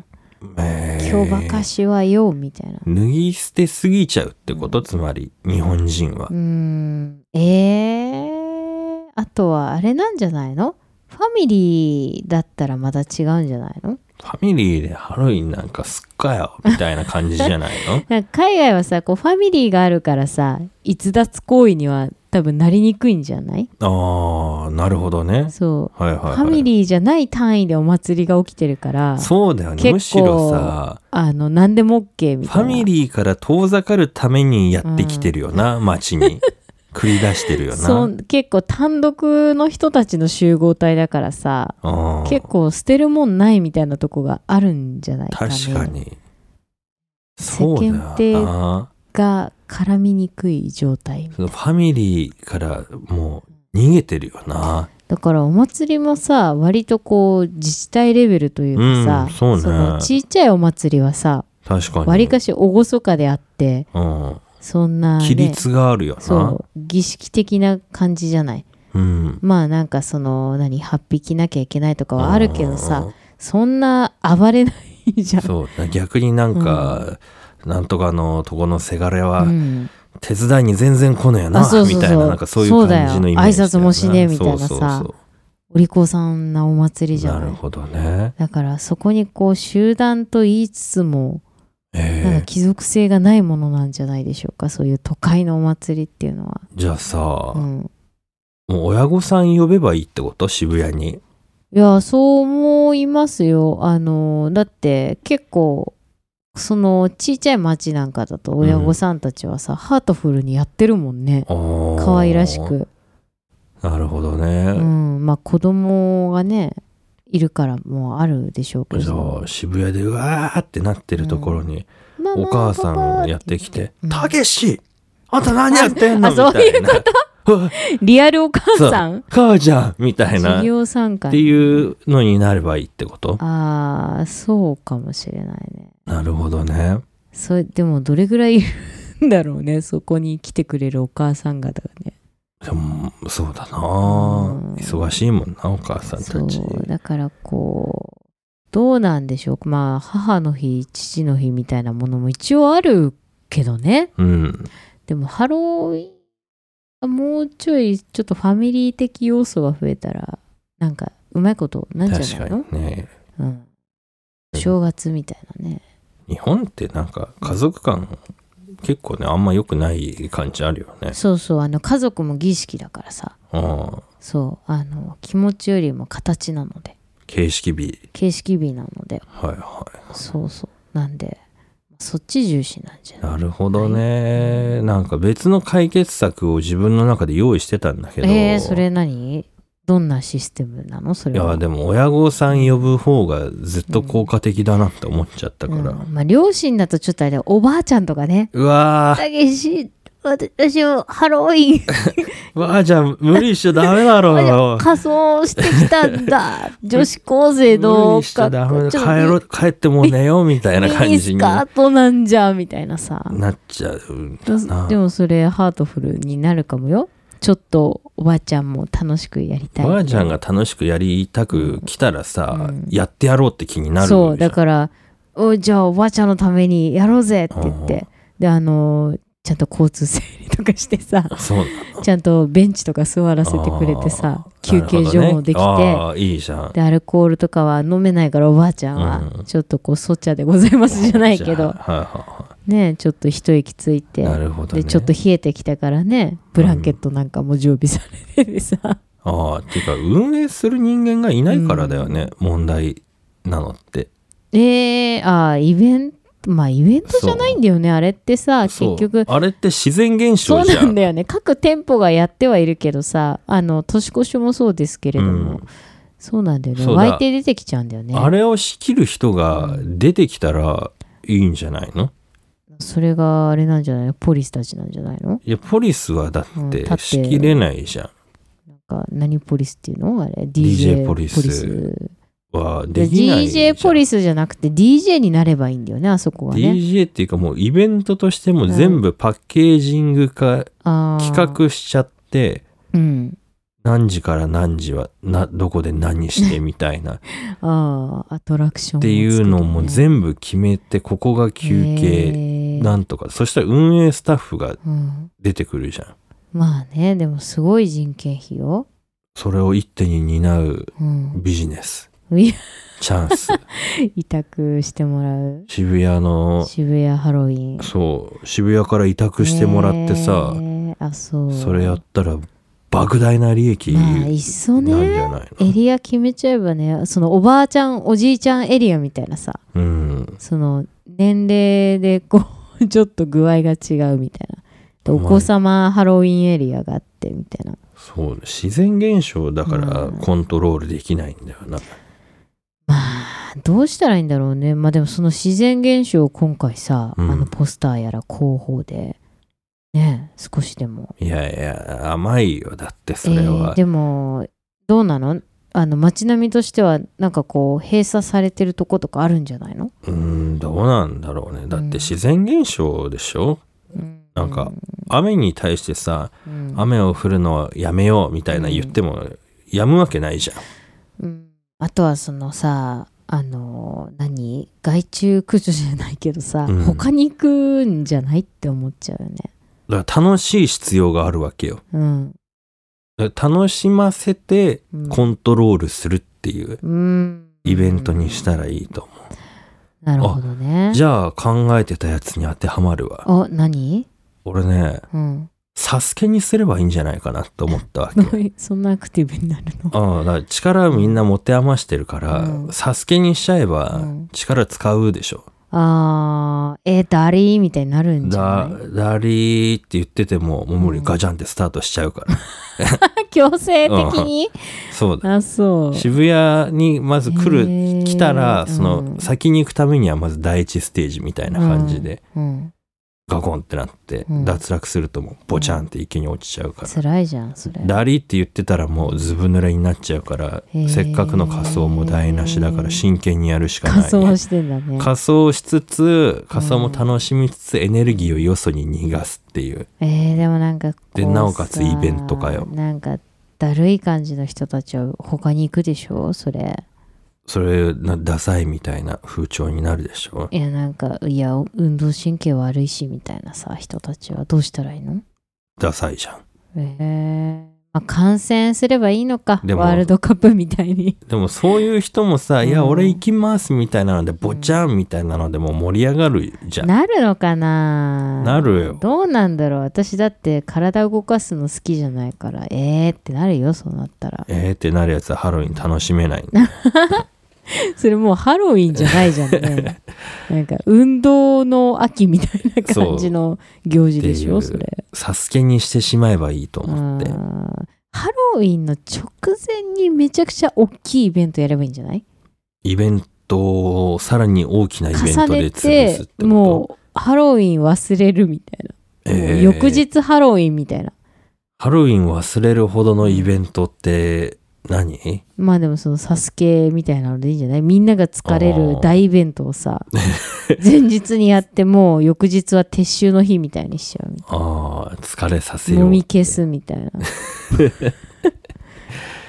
[SPEAKER 1] えー
[SPEAKER 2] 今日ばかしはよみたいな
[SPEAKER 1] 脱ぎ捨てすぎちゃうってことつまり日本人は
[SPEAKER 2] うーんえー、あとはあれなんじゃないのファミリーだったらまた違うんじゃないの
[SPEAKER 1] ファミリーでハロウィンなんかすっかよみたいな感じじゃないの
[SPEAKER 2] なんか海外はさこうファミリーがあるからさ逸脱行為には多分なりにくいんじゃない
[SPEAKER 1] ああ、なるほどね。
[SPEAKER 2] そう、
[SPEAKER 1] はいはい、はい。
[SPEAKER 2] ファミリーじゃない単位でお祭りが起きてるから
[SPEAKER 1] そうだよね。
[SPEAKER 2] 結構
[SPEAKER 1] むしろさ、
[SPEAKER 2] あの何でも OK み
[SPEAKER 1] フ
[SPEAKER 2] たいな
[SPEAKER 1] ァミリーから遠ざかるためにやってきてるよな、街 に。繰り出してるよな。
[SPEAKER 2] そう結構単独の人たちの集合体だからさ
[SPEAKER 1] あー
[SPEAKER 2] 結構捨てるもんないみたいなとこがあるんじゃないかね
[SPEAKER 1] 確かに。そうだよ
[SPEAKER 2] 世
[SPEAKER 1] な。
[SPEAKER 2] が絡みにくい状態
[SPEAKER 1] そのファミリーからもう逃げてるよな。
[SPEAKER 2] だからお祭りもさ割とこう自治体レベルというかさ、
[SPEAKER 1] うんそうね
[SPEAKER 2] のちっちゃいお祭りはさ
[SPEAKER 1] 確かに。
[SPEAKER 2] わりかし厳かであって
[SPEAKER 1] うん。
[SPEAKER 2] そんな、ね、
[SPEAKER 1] 規律があるよな。
[SPEAKER 2] そう儀式的な感じじゃない
[SPEAKER 1] うん。
[SPEAKER 2] まあなんかその何8匹なきゃいけないとかはあるけど
[SPEAKER 1] う
[SPEAKER 2] さ
[SPEAKER 1] ん。
[SPEAKER 2] そんな暴れないじゃん
[SPEAKER 1] そうだ逆になんか、なんとかのとこのせがれは、
[SPEAKER 2] うん
[SPEAKER 1] 手伝いに全然来ねえな
[SPEAKER 2] あそうそうそう
[SPEAKER 1] みたいななんかそういう感じのイメージだよな
[SPEAKER 2] そうだよ挨拶もしねえみたいなさ
[SPEAKER 1] そうそうそう
[SPEAKER 2] お利口さんなお祭りじゃ
[SPEAKER 1] な
[SPEAKER 2] な
[SPEAKER 1] る
[SPEAKER 2] い
[SPEAKER 1] ほどね
[SPEAKER 2] だからそこにこう集団と言いつつもなん
[SPEAKER 1] え
[SPEAKER 2] か貴族性がないものなんじゃないでしょうかそういう都会のお祭りっていうのは、
[SPEAKER 1] ーじゃあさ、
[SPEAKER 2] うん、
[SPEAKER 1] もう親御さん呼べばいいってこと渋谷に
[SPEAKER 2] いやそう思いますよあのだって結構そのちいちゃい町なんかだと親御さんたちはさ、ハートフルにやってるもんね可
[SPEAKER 1] 可
[SPEAKER 2] 愛らしく、
[SPEAKER 1] なるほど
[SPEAKER 2] う
[SPEAKER 1] ね、
[SPEAKER 2] ん、まあ子供がねいるからもうあるでしょうけ
[SPEAKER 1] じゃ
[SPEAKER 2] ど
[SPEAKER 1] あ渋谷でうわーってなってるところに、
[SPEAKER 2] ママ
[SPEAKER 1] お母さ
[SPEAKER 2] パパ
[SPEAKER 1] んやってきて
[SPEAKER 2] う
[SPEAKER 1] 「
[SPEAKER 2] ん
[SPEAKER 1] たけしあんた何やってんの?」
[SPEAKER 2] あ
[SPEAKER 1] みたいな
[SPEAKER 2] リアルお母さん
[SPEAKER 1] 「母ちゃん」みたいな
[SPEAKER 2] 授
[SPEAKER 1] っ
[SPEAKER 2] 業参観
[SPEAKER 1] ていうのになればいいってこと
[SPEAKER 2] ああそうかもしれないね
[SPEAKER 1] なるほどね
[SPEAKER 2] それでもどれぐらいいるんだろうねそこに来てくれるお母さん方がね
[SPEAKER 1] でもそうだな、
[SPEAKER 2] うん
[SPEAKER 1] 忙しいもんなお母さんた
[SPEAKER 2] そ
[SPEAKER 1] ち
[SPEAKER 2] うだからこうどうなんでしょうまあ母の日父の日みたいなものも一応あるけどね
[SPEAKER 1] うん
[SPEAKER 2] でもハロウィンはもうちょいちょっとファミリー的要素が増えたらなんかうまいことなんじ
[SPEAKER 1] 確
[SPEAKER 2] ゃ
[SPEAKER 1] か
[SPEAKER 2] ないの
[SPEAKER 1] に、ね
[SPEAKER 2] うん、お正月みたいなね
[SPEAKER 1] 日本ってなんか家族間結構ねあんま良くない感じあるよね
[SPEAKER 2] そうそうあの家族も儀式だからさ
[SPEAKER 1] うん
[SPEAKER 2] そうあの気持ちよりも形なので
[SPEAKER 1] 形式美
[SPEAKER 2] 形式美なので
[SPEAKER 1] はいは
[SPEAKER 2] そうそうなんでそっち重視なんじゃ
[SPEAKER 1] い
[SPEAKER 2] ない
[SPEAKER 1] なるほどね、なんか別の解決策を自分の中で用意してたんだけど
[SPEAKER 2] えー、それ何どんなシステムなのそ
[SPEAKER 1] い
[SPEAKER 2] れは
[SPEAKER 1] やでも親御さん呼ぶ方がずっと効果的だなって思っちゃったから、う
[SPEAKER 2] うんまあ、両親だとちょっとあれおばあちゃんとかね
[SPEAKER 1] わ
[SPEAKER 2] たけし私をハロウィン
[SPEAKER 1] ーわーじゃあ無理しちゃダメだろ うよ
[SPEAKER 2] 仮装してきたん だ女子高生
[SPEAKER 1] 無
[SPEAKER 2] の
[SPEAKER 1] 理しちゃダメだ
[SPEAKER 2] ちょっ
[SPEAKER 1] 帰
[SPEAKER 2] と
[SPEAKER 1] ろ帰ってもう寝ようみたいな
[SPEAKER 2] ミ
[SPEAKER 1] 感
[SPEAKER 2] ニ
[SPEAKER 1] じ
[SPEAKER 2] ス
[SPEAKER 1] に
[SPEAKER 2] カ
[SPEAKER 1] な
[SPEAKER 2] ートなんじゃみたいな さ
[SPEAKER 1] っちゃうんだな
[SPEAKER 2] でもそれハートフルになるかもよちょっとおばあちゃんも楽しくやりたい
[SPEAKER 1] ばあちゃんが楽しくやりたく来たらさ、
[SPEAKER 2] うん
[SPEAKER 1] やってやろうって気になるじゃん
[SPEAKER 2] そうだからおじゃあおばあちゃんのためにやろうぜって言ってであのちゃんと交通整理とかして さ
[SPEAKER 1] そう
[SPEAKER 2] ちゃんとベンチとか座らせてくれてさ休憩所もできて、
[SPEAKER 1] なるほどねああいいじゃん
[SPEAKER 2] でアルコールとかは飲めないからおばあちゃん
[SPEAKER 1] う
[SPEAKER 2] は
[SPEAKER 1] ん
[SPEAKER 2] ちょっとこうそっちゃでございますじゃないけ
[SPEAKER 1] じゃ
[SPEAKER 2] ど
[SPEAKER 1] あはいは
[SPEAKER 2] ねちょっと一息ついて、
[SPEAKER 1] いはいなるほどね
[SPEAKER 2] でちょっと冷えてきたからねブランケットなんかも常備されててさ、
[SPEAKER 1] ああっていうか運営する人間がいないからだよね、問題なのって
[SPEAKER 2] えー、あーイベントまあイベントじゃないんだよねあれってさ
[SPEAKER 1] そう
[SPEAKER 2] 結局
[SPEAKER 1] あれって自然現
[SPEAKER 2] そ
[SPEAKER 1] 象
[SPEAKER 2] う
[SPEAKER 1] じゃ
[SPEAKER 2] なん
[SPEAKER 1] ん
[SPEAKER 2] だよね各店舗がやってはいるけどさあの年越しもそうですけれども、
[SPEAKER 1] うん
[SPEAKER 2] そうなんだよね
[SPEAKER 1] そうだ
[SPEAKER 2] 湧いて出てきちゃうんだよね
[SPEAKER 1] あれを仕切る人が出てきたらいいんじゃないの
[SPEAKER 2] それがあれなんじゃないのポリスたちなんじゃないの
[SPEAKER 1] いやポリスはだ
[SPEAKER 2] うん
[SPEAKER 1] っ
[SPEAKER 2] 立って
[SPEAKER 1] て仕切れないじゃん、
[SPEAKER 2] なんか何ポリスっていうのあれ
[SPEAKER 1] DJ
[SPEAKER 2] DJ ポ
[SPEAKER 1] ポ
[SPEAKER 2] リ
[SPEAKER 1] リス
[SPEAKER 2] ス
[SPEAKER 1] は
[SPEAKER 2] で
[SPEAKER 1] できないじゃん
[SPEAKER 2] DJ ポリスじゃなくて DJ になればいいんだよねあそこはね、
[SPEAKER 1] DJ っていうかもうイベントとしても全部パッケージング化
[SPEAKER 2] あー
[SPEAKER 1] 企画しちゃって
[SPEAKER 2] うん
[SPEAKER 1] 何時から何時はなどこで何してみた いなっ
[SPEAKER 2] あーアトラクションを
[SPEAKER 1] て
[SPEAKER 2] 作る
[SPEAKER 1] いうのも
[SPEAKER 2] ね
[SPEAKER 1] 全部決めてここが休憩
[SPEAKER 2] へー
[SPEAKER 1] なんとかそしたら運営スタッフが
[SPEAKER 2] うん、
[SPEAKER 1] 出てくるじゃん
[SPEAKER 2] まあねでもすごい人件費よ、
[SPEAKER 1] それを一手に担う
[SPEAKER 2] うん、
[SPEAKER 1] ビジネス
[SPEAKER 2] いや
[SPEAKER 1] チャンス
[SPEAKER 2] 委託してもらう
[SPEAKER 1] 渋谷の
[SPEAKER 2] 渋谷ハロウィン
[SPEAKER 1] そう渋谷から委託してもらってさ、
[SPEAKER 2] ねねあそう
[SPEAKER 1] それやったら莫大な利益
[SPEAKER 2] まあ
[SPEAKER 1] なん
[SPEAKER 2] いっそ
[SPEAKER 1] じゃない
[SPEAKER 2] ね
[SPEAKER 1] の、
[SPEAKER 2] エリア決めちゃえばねそのおばあちゃんおじいちゃんエリアみたいなさ
[SPEAKER 1] うん
[SPEAKER 2] その年齢でこう ちょっと具合が違うみたいなでお子様ハロウィンエリアがあってみたいな
[SPEAKER 1] そう自然現象だから
[SPEAKER 2] うん
[SPEAKER 1] コントロールできないんだよな、
[SPEAKER 2] まあどうしたらいいんだろうねまあでもその自然現象を今回さ、
[SPEAKER 1] うん
[SPEAKER 2] あのポスターやら広報でね少しでも
[SPEAKER 1] いやいや甘いよだってそれ
[SPEAKER 2] えー
[SPEAKER 1] は、
[SPEAKER 2] でもどうなのあの街並みとしてはなんかこう閉鎖されてるとことかあるんじゃないの、
[SPEAKER 1] うんどうなんだろうねだっ
[SPEAKER 2] うん
[SPEAKER 1] て自然現象でしょなんか雨に対してさ
[SPEAKER 2] うん、
[SPEAKER 1] 雨を降るのはやめようみたいな言ってもやむわけないじゃん
[SPEAKER 2] うんあとはそのさあの何害虫駆除じゃないけどさ、
[SPEAKER 1] うん
[SPEAKER 2] 他に行くんじゃないって思っちゃうよね
[SPEAKER 1] だから楽しい必要があるわけよ
[SPEAKER 2] うん、
[SPEAKER 1] だから楽しませて
[SPEAKER 2] うん
[SPEAKER 1] コントロールするっていう
[SPEAKER 2] うん、
[SPEAKER 1] イベントにしたらいいと思
[SPEAKER 2] なるほどね
[SPEAKER 1] うじゃあ考えてたやつに当てはまるわ
[SPEAKER 2] お何
[SPEAKER 1] 俺ね
[SPEAKER 2] うん
[SPEAKER 1] サスケにすればいいんじゃないかなと思ったわけ
[SPEAKER 2] そんなアクティブになるの
[SPEAKER 1] ああだから力みんな持て余してるから、
[SPEAKER 2] うん
[SPEAKER 1] サスケにしちゃえば
[SPEAKER 2] うん
[SPEAKER 1] 力使うでしょ、
[SPEAKER 2] あーえー、ダリーみたいになるんじゃ
[SPEAKER 1] だ
[SPEAKER 2] ない
[SPEAKER 1] ダリーって言っててももう無理
[SPEAKER 2] うん
[SPEAKER 1] ガジャンってスタートしちゃ うから、
[SPEAKER 2] 強制的に、
[SPEAKER 1] そうだ
[SPEAKER 2] あそう
[SPEAKER 1] 渋谷にまず来
[SPEAKER 2] へ
[SPEAKER 1] る、
[SPEAKER 2] ー
[SPEAKER 1] 来たらそ
[SPEAKER 2] うん
[SPEAKER 1] の先に行くためにはまず第一ステージみたいな感じで、
[SPEAKER 2] うん、
[SPEAKER 1] ガコンってなって
[SPEAKER 2] うん
[SPEAKER 1] 脱落するともうボチャンって池に落ちちゃうから、
[SPEAKER 2] 辛いじゃんそれ
[SPEAKER 1] ダリーって言ってたらもうずぶ濡れになっちゃうから
[SPEAKER 2] へー
[SPEAKER 1] せっかくの仮装も台無しだから真剣にやるしかない、
[SPEAKER 2] 仮
[SPEAKER 1] ね、
[SPEAKER 2] 装してんだね
[SPEAKER 1] 仮装しつつ仮装も楽しみつつエネルギーをよそに逃がすっていう
[SPEAKER 2] えー、でもなんかこう
[SPEAKER 1] でなおかつ
[SPEAKER 2] さ
[SPEAKER 1] イベントかよ
[SPEAKER 2] なんかだるい感じの人たちは他に行くでしょそれ
[SPEAKER 1] それなダサいみたいな風潮になるでしょ
[SPEAKER 2] いやなんかいや運動神経悪いしみたいなさ人たちはどうしたらいいの
[SPEAKER 1] ダサいじゃん
[SPEAKER 2] えー、まあ、感染すればいいのか
[SPEAKER 1] でも
[SPEAKER 2] ワールドカップみたいに
[SPEAKER 1] でもそういう人もさ
[SPEAKER 2] う
[SPEAKER 1] 「
[SPEAKER 2] ん
[SPEAKER 1] いや俺行きます」みたいなのでボチャンみたいなのでもう盛り上がるじゃん
[SPEAKER 2] なるのかな
[SPEAKER 1] なるよ
[SPEAKER 2] どうなんだろう私だって体動かすの好きじゃないからえーってなるよそうなったら
[SPEAKER 1] えーってなるやつはハロウィン楽しめないんだよ
[SPEAKER 2] それもうハロウィンじゃないじゃん ねなんか運動の秋みたいな感じの行事でしょ
[SPEAKER 1] そ
[SPEAKER 2] そう
[SPEAKER 1] っていう
[SPEAKER 2] れ
[SPEAKER 1] サスケにしてしまえばいいと
[SPEAKER 2] う
[SPEAKER 1] 思
[SPEAKER 2] ん
[SPEAKER 1] って
[SPEAKER 2] ハロウィンの直前にめちゃくちゃ大きいイベントやればいいんじゃない
[SPEAKER 1] イベントをさらに大きなイベン
[SPEAKER 2] 重
[SPEAKER 1] トで
[SPEAKER 2] ね
[SPEAKER 1] 潰すっててこと
[SPEAKER 2] もうハロウィン忘れるみたいな
[SPEAKER 1] えー
[SPEAKER 2] 翌日ハロウィンみたいな
[SPEAKER 1] ハロウィン忘れるほどのイベントって何
[SPEAKER 2] まあでもそのサスケみたいなのでいいんじゃないみんなが疲れる大イベントを さ前日にやってもう翌日は撤収の日みたいにしちゃうみた
[SPEAKER 1] ああ疲れさせ
[SPEAKER 2] いな
[SPEAKER 1] よう
[SPEAKER 2] 飲み消すみた いな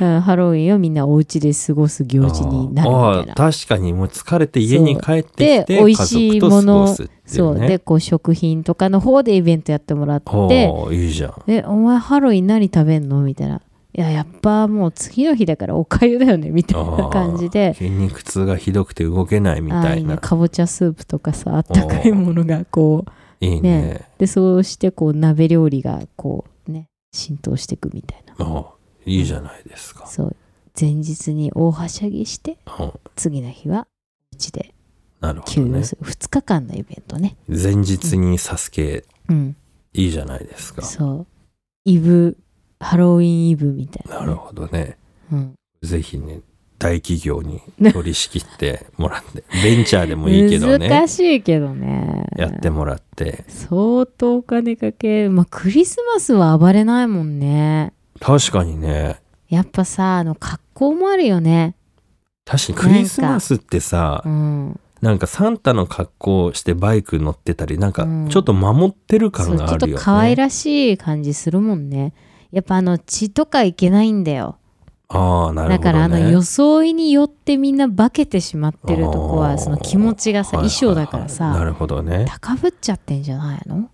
[SPEAKER 2] うんハロウィンをみんなお家で過ごす行事になるみたい
[SPEAKER 1] あ
[SPEAKER 2] な
[SPEAKER 1] あ確かにもう疲れて家に帰って
[SPEAKER 2] で
[SPEAKER 1] きて
[SPEAKER 2] 美味しいもの
[SPEAKER 1] 家族と過ごすっていうね
[SPEAKER 2] そうでこう食品とかの方でイベントやってもらって
[SPEAKER 1] おーいいじゃん
[SPEAKER 2] え、お前ハロウィン何食べんのみたいな。いや、やっぱもう次の日だからおかゆだよねみたいな感じで。
[SPEAKER 1] 筋肉痛がひどくて動けないみ
[SPEAKER 2] あ
[SPEAKER 1] た
[SPEAKER 2] ーい
[SPEAKER 1] い
[SPEAKER 2] いね
[SPEAKER 1] な
[SPEAKER 2] かぼちゃスープとかさあったかいものがこう
[SPEAKER 1] いいね
[SPEAKER 2] ねでそうしてこう鍋料理がこうね浸透していくみたいな
[SPEAKER 1] ああいいじゃないですか、
[SPEAKER 2] そう前日に大はしゃぎして
[SPEAKER 1] うん
[SPEAKER 2] 次の日はうちで
[SPEAKER 1] なるほど
[SPEAKER 2] 休養
[SPEAKER 1] ね
[SPEAKER 2] する、2日間のイベントね
[SPEAKER 1] 前日にサスケ
[SPEAKER 2] うん
[SPEAKER 1] いいじゃないですか
[SPEAKER 2] そうイブハロウィンイブみたいな
[SPEAKER 1] なるほどね
[SPEAKER 2] うん、
[SPEAKER 1] ぜひね大企業に取り仕切ってもらって ベンチャーでもいいけどね
[SPEAKER 2] 難しいけどね
[SPEAKER 1] やってもらって
[SPEAKER 2] 相当お金かけまあクリスマスは暴れないもんね
[SPEAKER 1] 確かにね
[SPEAKER 2] やっぱさあの格好もあるよね
[SPEAKER 1] 確かにクリスマスってさ
[SPEAKER 2] う、ん
[SPEAKER 1] なんかサンタの格好をしてバイク乗ってたりなんか
[SPEAKER 2] うん
[SPEAKER 1] ちょっと守ってる
[SPEAKER 2] そ
[SPEAKER 1] 感
[SPEAKER 2] うち
[SPEAKER 1] が
[SPEAKER 2] ょ
[SPEAKER 1] あ
[SPEAKER 2] っ
[SPEAKER 1] る
[SPEAKER 2] と
[SPEAKER 1] よね、
[SPEAKER 2] 可愛らしい感じするもんねやっぱあの血とかいけないんだよ
[SPEAKER 1] ああなる
[SPEAKER 2] だ
[SPEAKER 1] ほど、ね、
[SPEAKER 2] からあの装いによってみんな化けてしまってるとこ
[SPEAKER 1] あ
[SPEAKER 2] は
[SPEAKER 1] ー
[SPEAKER 2] その気持ちがさ
[SPEAKER 1] はい
[SPEAKER 2] 衣
[SPEAKER 1] は
[SPEAKER 2] 装だ
[SPEAKER 1] いはい
[SPEAKER 2] から
[SPEAKER 1] な
[SPEAKER 2] さ
[SPEAKER 1] るほどね
[SPEAKER 2] 高ぶっちゃってんじゃないの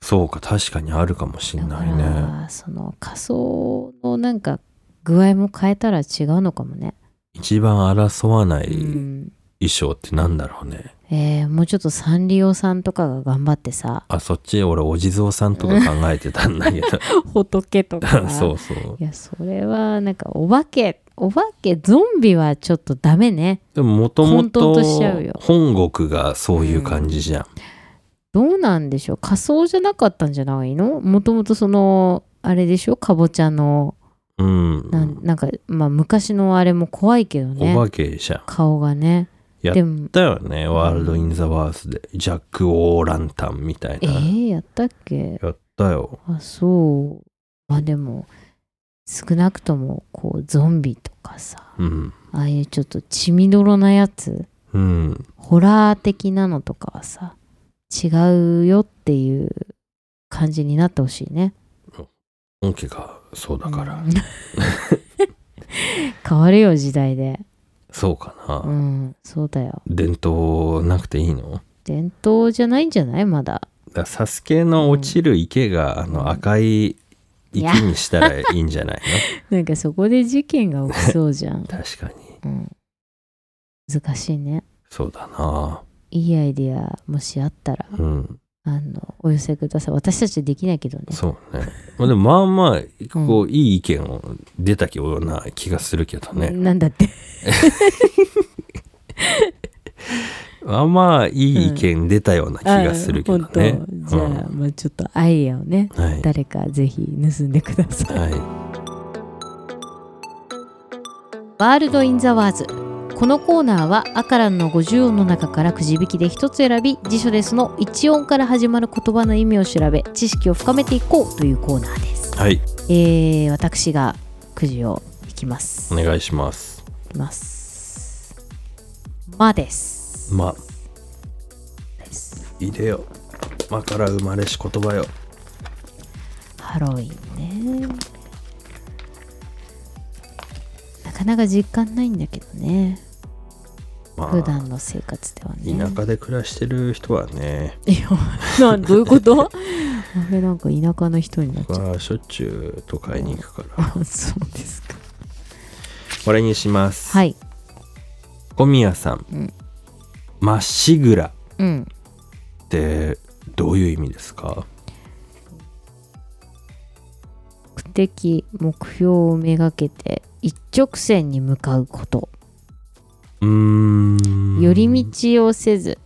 [SPEAKER 1] そうか確かにあるかもし
[SPEAKER 2] だ
[SPEAKER 1] ん
[SPEAKER 2] か
[SPEAKER 1] ないね
[SPEAKER 2] らその仮装のなんか具合も変えたら違うのかもね、
[SPEAKER 1] 一番争わない
[SPEAKER 2] うん
[SPEAKER 1] 衣装ってなんだろうね、
[SPEAKER 2] えーもうちょっとサンリオさんとかが頑張って さ
[SPEAKER 1] あ、そっち、俺、お地蔵さんとか考えてたん だけ
[SPEAKER 2] 仏と
[SPEAKER 1] ど。
[SPEAKER 2] か
[SPEAKER 1] そうそう。
[SPEAKER 2] いやそれはなんかお化けお化けゾンビはちょっとダメね
[SPEAKER 1] でも、もとも
[SPEAKER 2] 混沌
[SPEAKER 1] と
[SPEAKER 2] としちゃうよ
[SPEAKER 1] 本国がそういう感じじゃん。
[SPEAKER 2] どうなんでしょう仮装じゃなかったんじゃないのもともとそのあれでしょかぼちゃの
[SPEAKER 1] うん。
[SPEAKER 2] なんなんかまあ昔のあれも怖いけど
[SPEAKER 1] お
[SPEAKER 2] ね
[SPEAKER 1] 化けじゃん。
[SPEAKER 2] 顔がね
[SPEAKER 1] や
[SPEAKER 2] でも
[SPEAKER 1] だよね、ワールド・イン・ザ・ワースで、ジャック・オー・ランタンみたい
[SPEAKER 2] え
[SPEAKER 1] な。
[SPEAKER 2] ー、やったっけ
[SPEAKER 1] やったよ。
[SPEAKER 2] あそうまあでも少なくともこうゾンビとかさ
[SPEAKER 1] うん。
[SPEAKER 2] ああいうちょっと血みどろなやつ
[SPEAKER 1] うん。
[SPEAKER 2] ホラー的なのとかはさ違うよっていう感じになってほしいね
[SPEAKER 1] 本家がそうだから。
[SPEAKER 2] うん 変わるよ時代で
[SPEAKER 1] そうかな。
[SPEAKER 2] うんそうだよ
[SPEAKER 1] 伝統なくていいの
[SPEAKER 2] 伝統じゃないんじゃないまだ
[SPEAKER 1] だからサスケの落ちる池が、あの赤い池にしたらいいんじゃない
[SPEAKER 2] なんかそこで事件が起きそうじゃ ん、
[SPEAKER 1] の確かに
[SPEAKER 2] うん、難しいね
[SPEAKER 1] そうだない
[SPEAKER 2] いアイディアもしあったら
[SPEAKER 1] うん
[SPEAKER 2] あのお寄せください私たちできないけどね
[SPEAKER 1] そうね、まあ、でもまあまあこういい意見を出たような気がするけどね、
[SPEAKER 2] なんだって
[SPEAKER 1] まあまあいい意見出たような気がするけどね、
[SPEAKER 2] あ
[SPEAKER 1] う
[SPEAKER 2] 本
[SPEAKER 1] ん
[SPEAKER 2] 当じゃあ、まあ、ちょっとアイディアをね
[SPEAKER 1] はい、
[SPEAKER 2] 誰かぜひ盗んでください
[SPEAKER 1] は
[SPEAKER 2] ワールド・イン・ザ・ワーズこのコーナーはアカランの50音の中からくじ引きで一つ選び辞書でその1音から始まる言葉の意味を調べ知識を深めていこうというコーナーです、
[SPEAKER 1] い、はい、
[SPEAKER 2] えー、私がくじを引きます、
[SPEAKER 1] お願いします
[SPEAKER 2] いきますまです
[SPEAKER 1] ま
[SPEAKER 2] です
[SPEAKER 1] 入れよまから生まれし言葉よ
[SPEAKER 2] ハロウィンねなかなか実感ないんだけどね
[SPEAKER 1] ま
[SPEAKER 2] 普
[SPEAKER 1] あ
[SPEAKER 2] 段の生活ではね
[SPEAKER 1] 田舎で暮らしてる人はね
[SPEAKER 2] いやな どういうこと 俺なんか田舎の人になっちゃ
[SPEAKER 1] 僕はしょっちゅう都会に行くから
[SPEAKER 2] うそうですか
[SPEAKER 1] これにします
[SPEAKER 2] はい
[SPEAKER 1] 小宮さん
[SPEAKER 2] うん
[SPEAKER 1] 「まっしぐら」
[SPEAKER 2] うん
[SPEAKER 1] ってどういう意味ですか
[SPEAKER 2] 目的目標をめがけて一直線に向かうこと
[SPEAKER 1] うーん
[SPEAKER 2] 寄り道をせず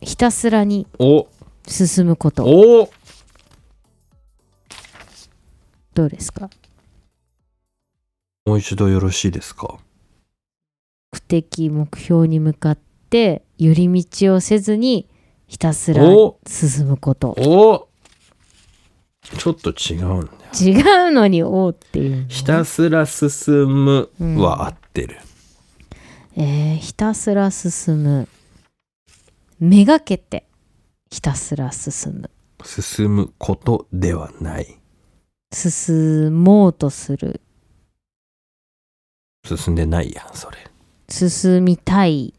[SPEAKER 2] ひたすらに
[SPEAKER 1] お
[SPEAKER 2] 進むこと
[SPEAKER 1] お
[SPEAKER 2] どうですか
[SPEAKER 1] もう一度よろしいですか
[SPEAKER 2] 目的目標に向かって寄り道をせずにひたすら
[SPEAKER 1] お
[SPEAKER 2] 進むこと
[SPEAKER 1] おちょっと違うんだよ
[SPEAKER 2] 違うのに「お」っていうの
[SPEAKER 1] ひたすら進むは合ってる、
[SPEAKER 2] えーひたすら進むめがけてひたすら進む
[SPEAKER 1] 進むことではない
[SPEAKER 2] 進もうとする
[SPEAKER 1] 進んでないやんそれ
[SPEAKER 2] 進みたい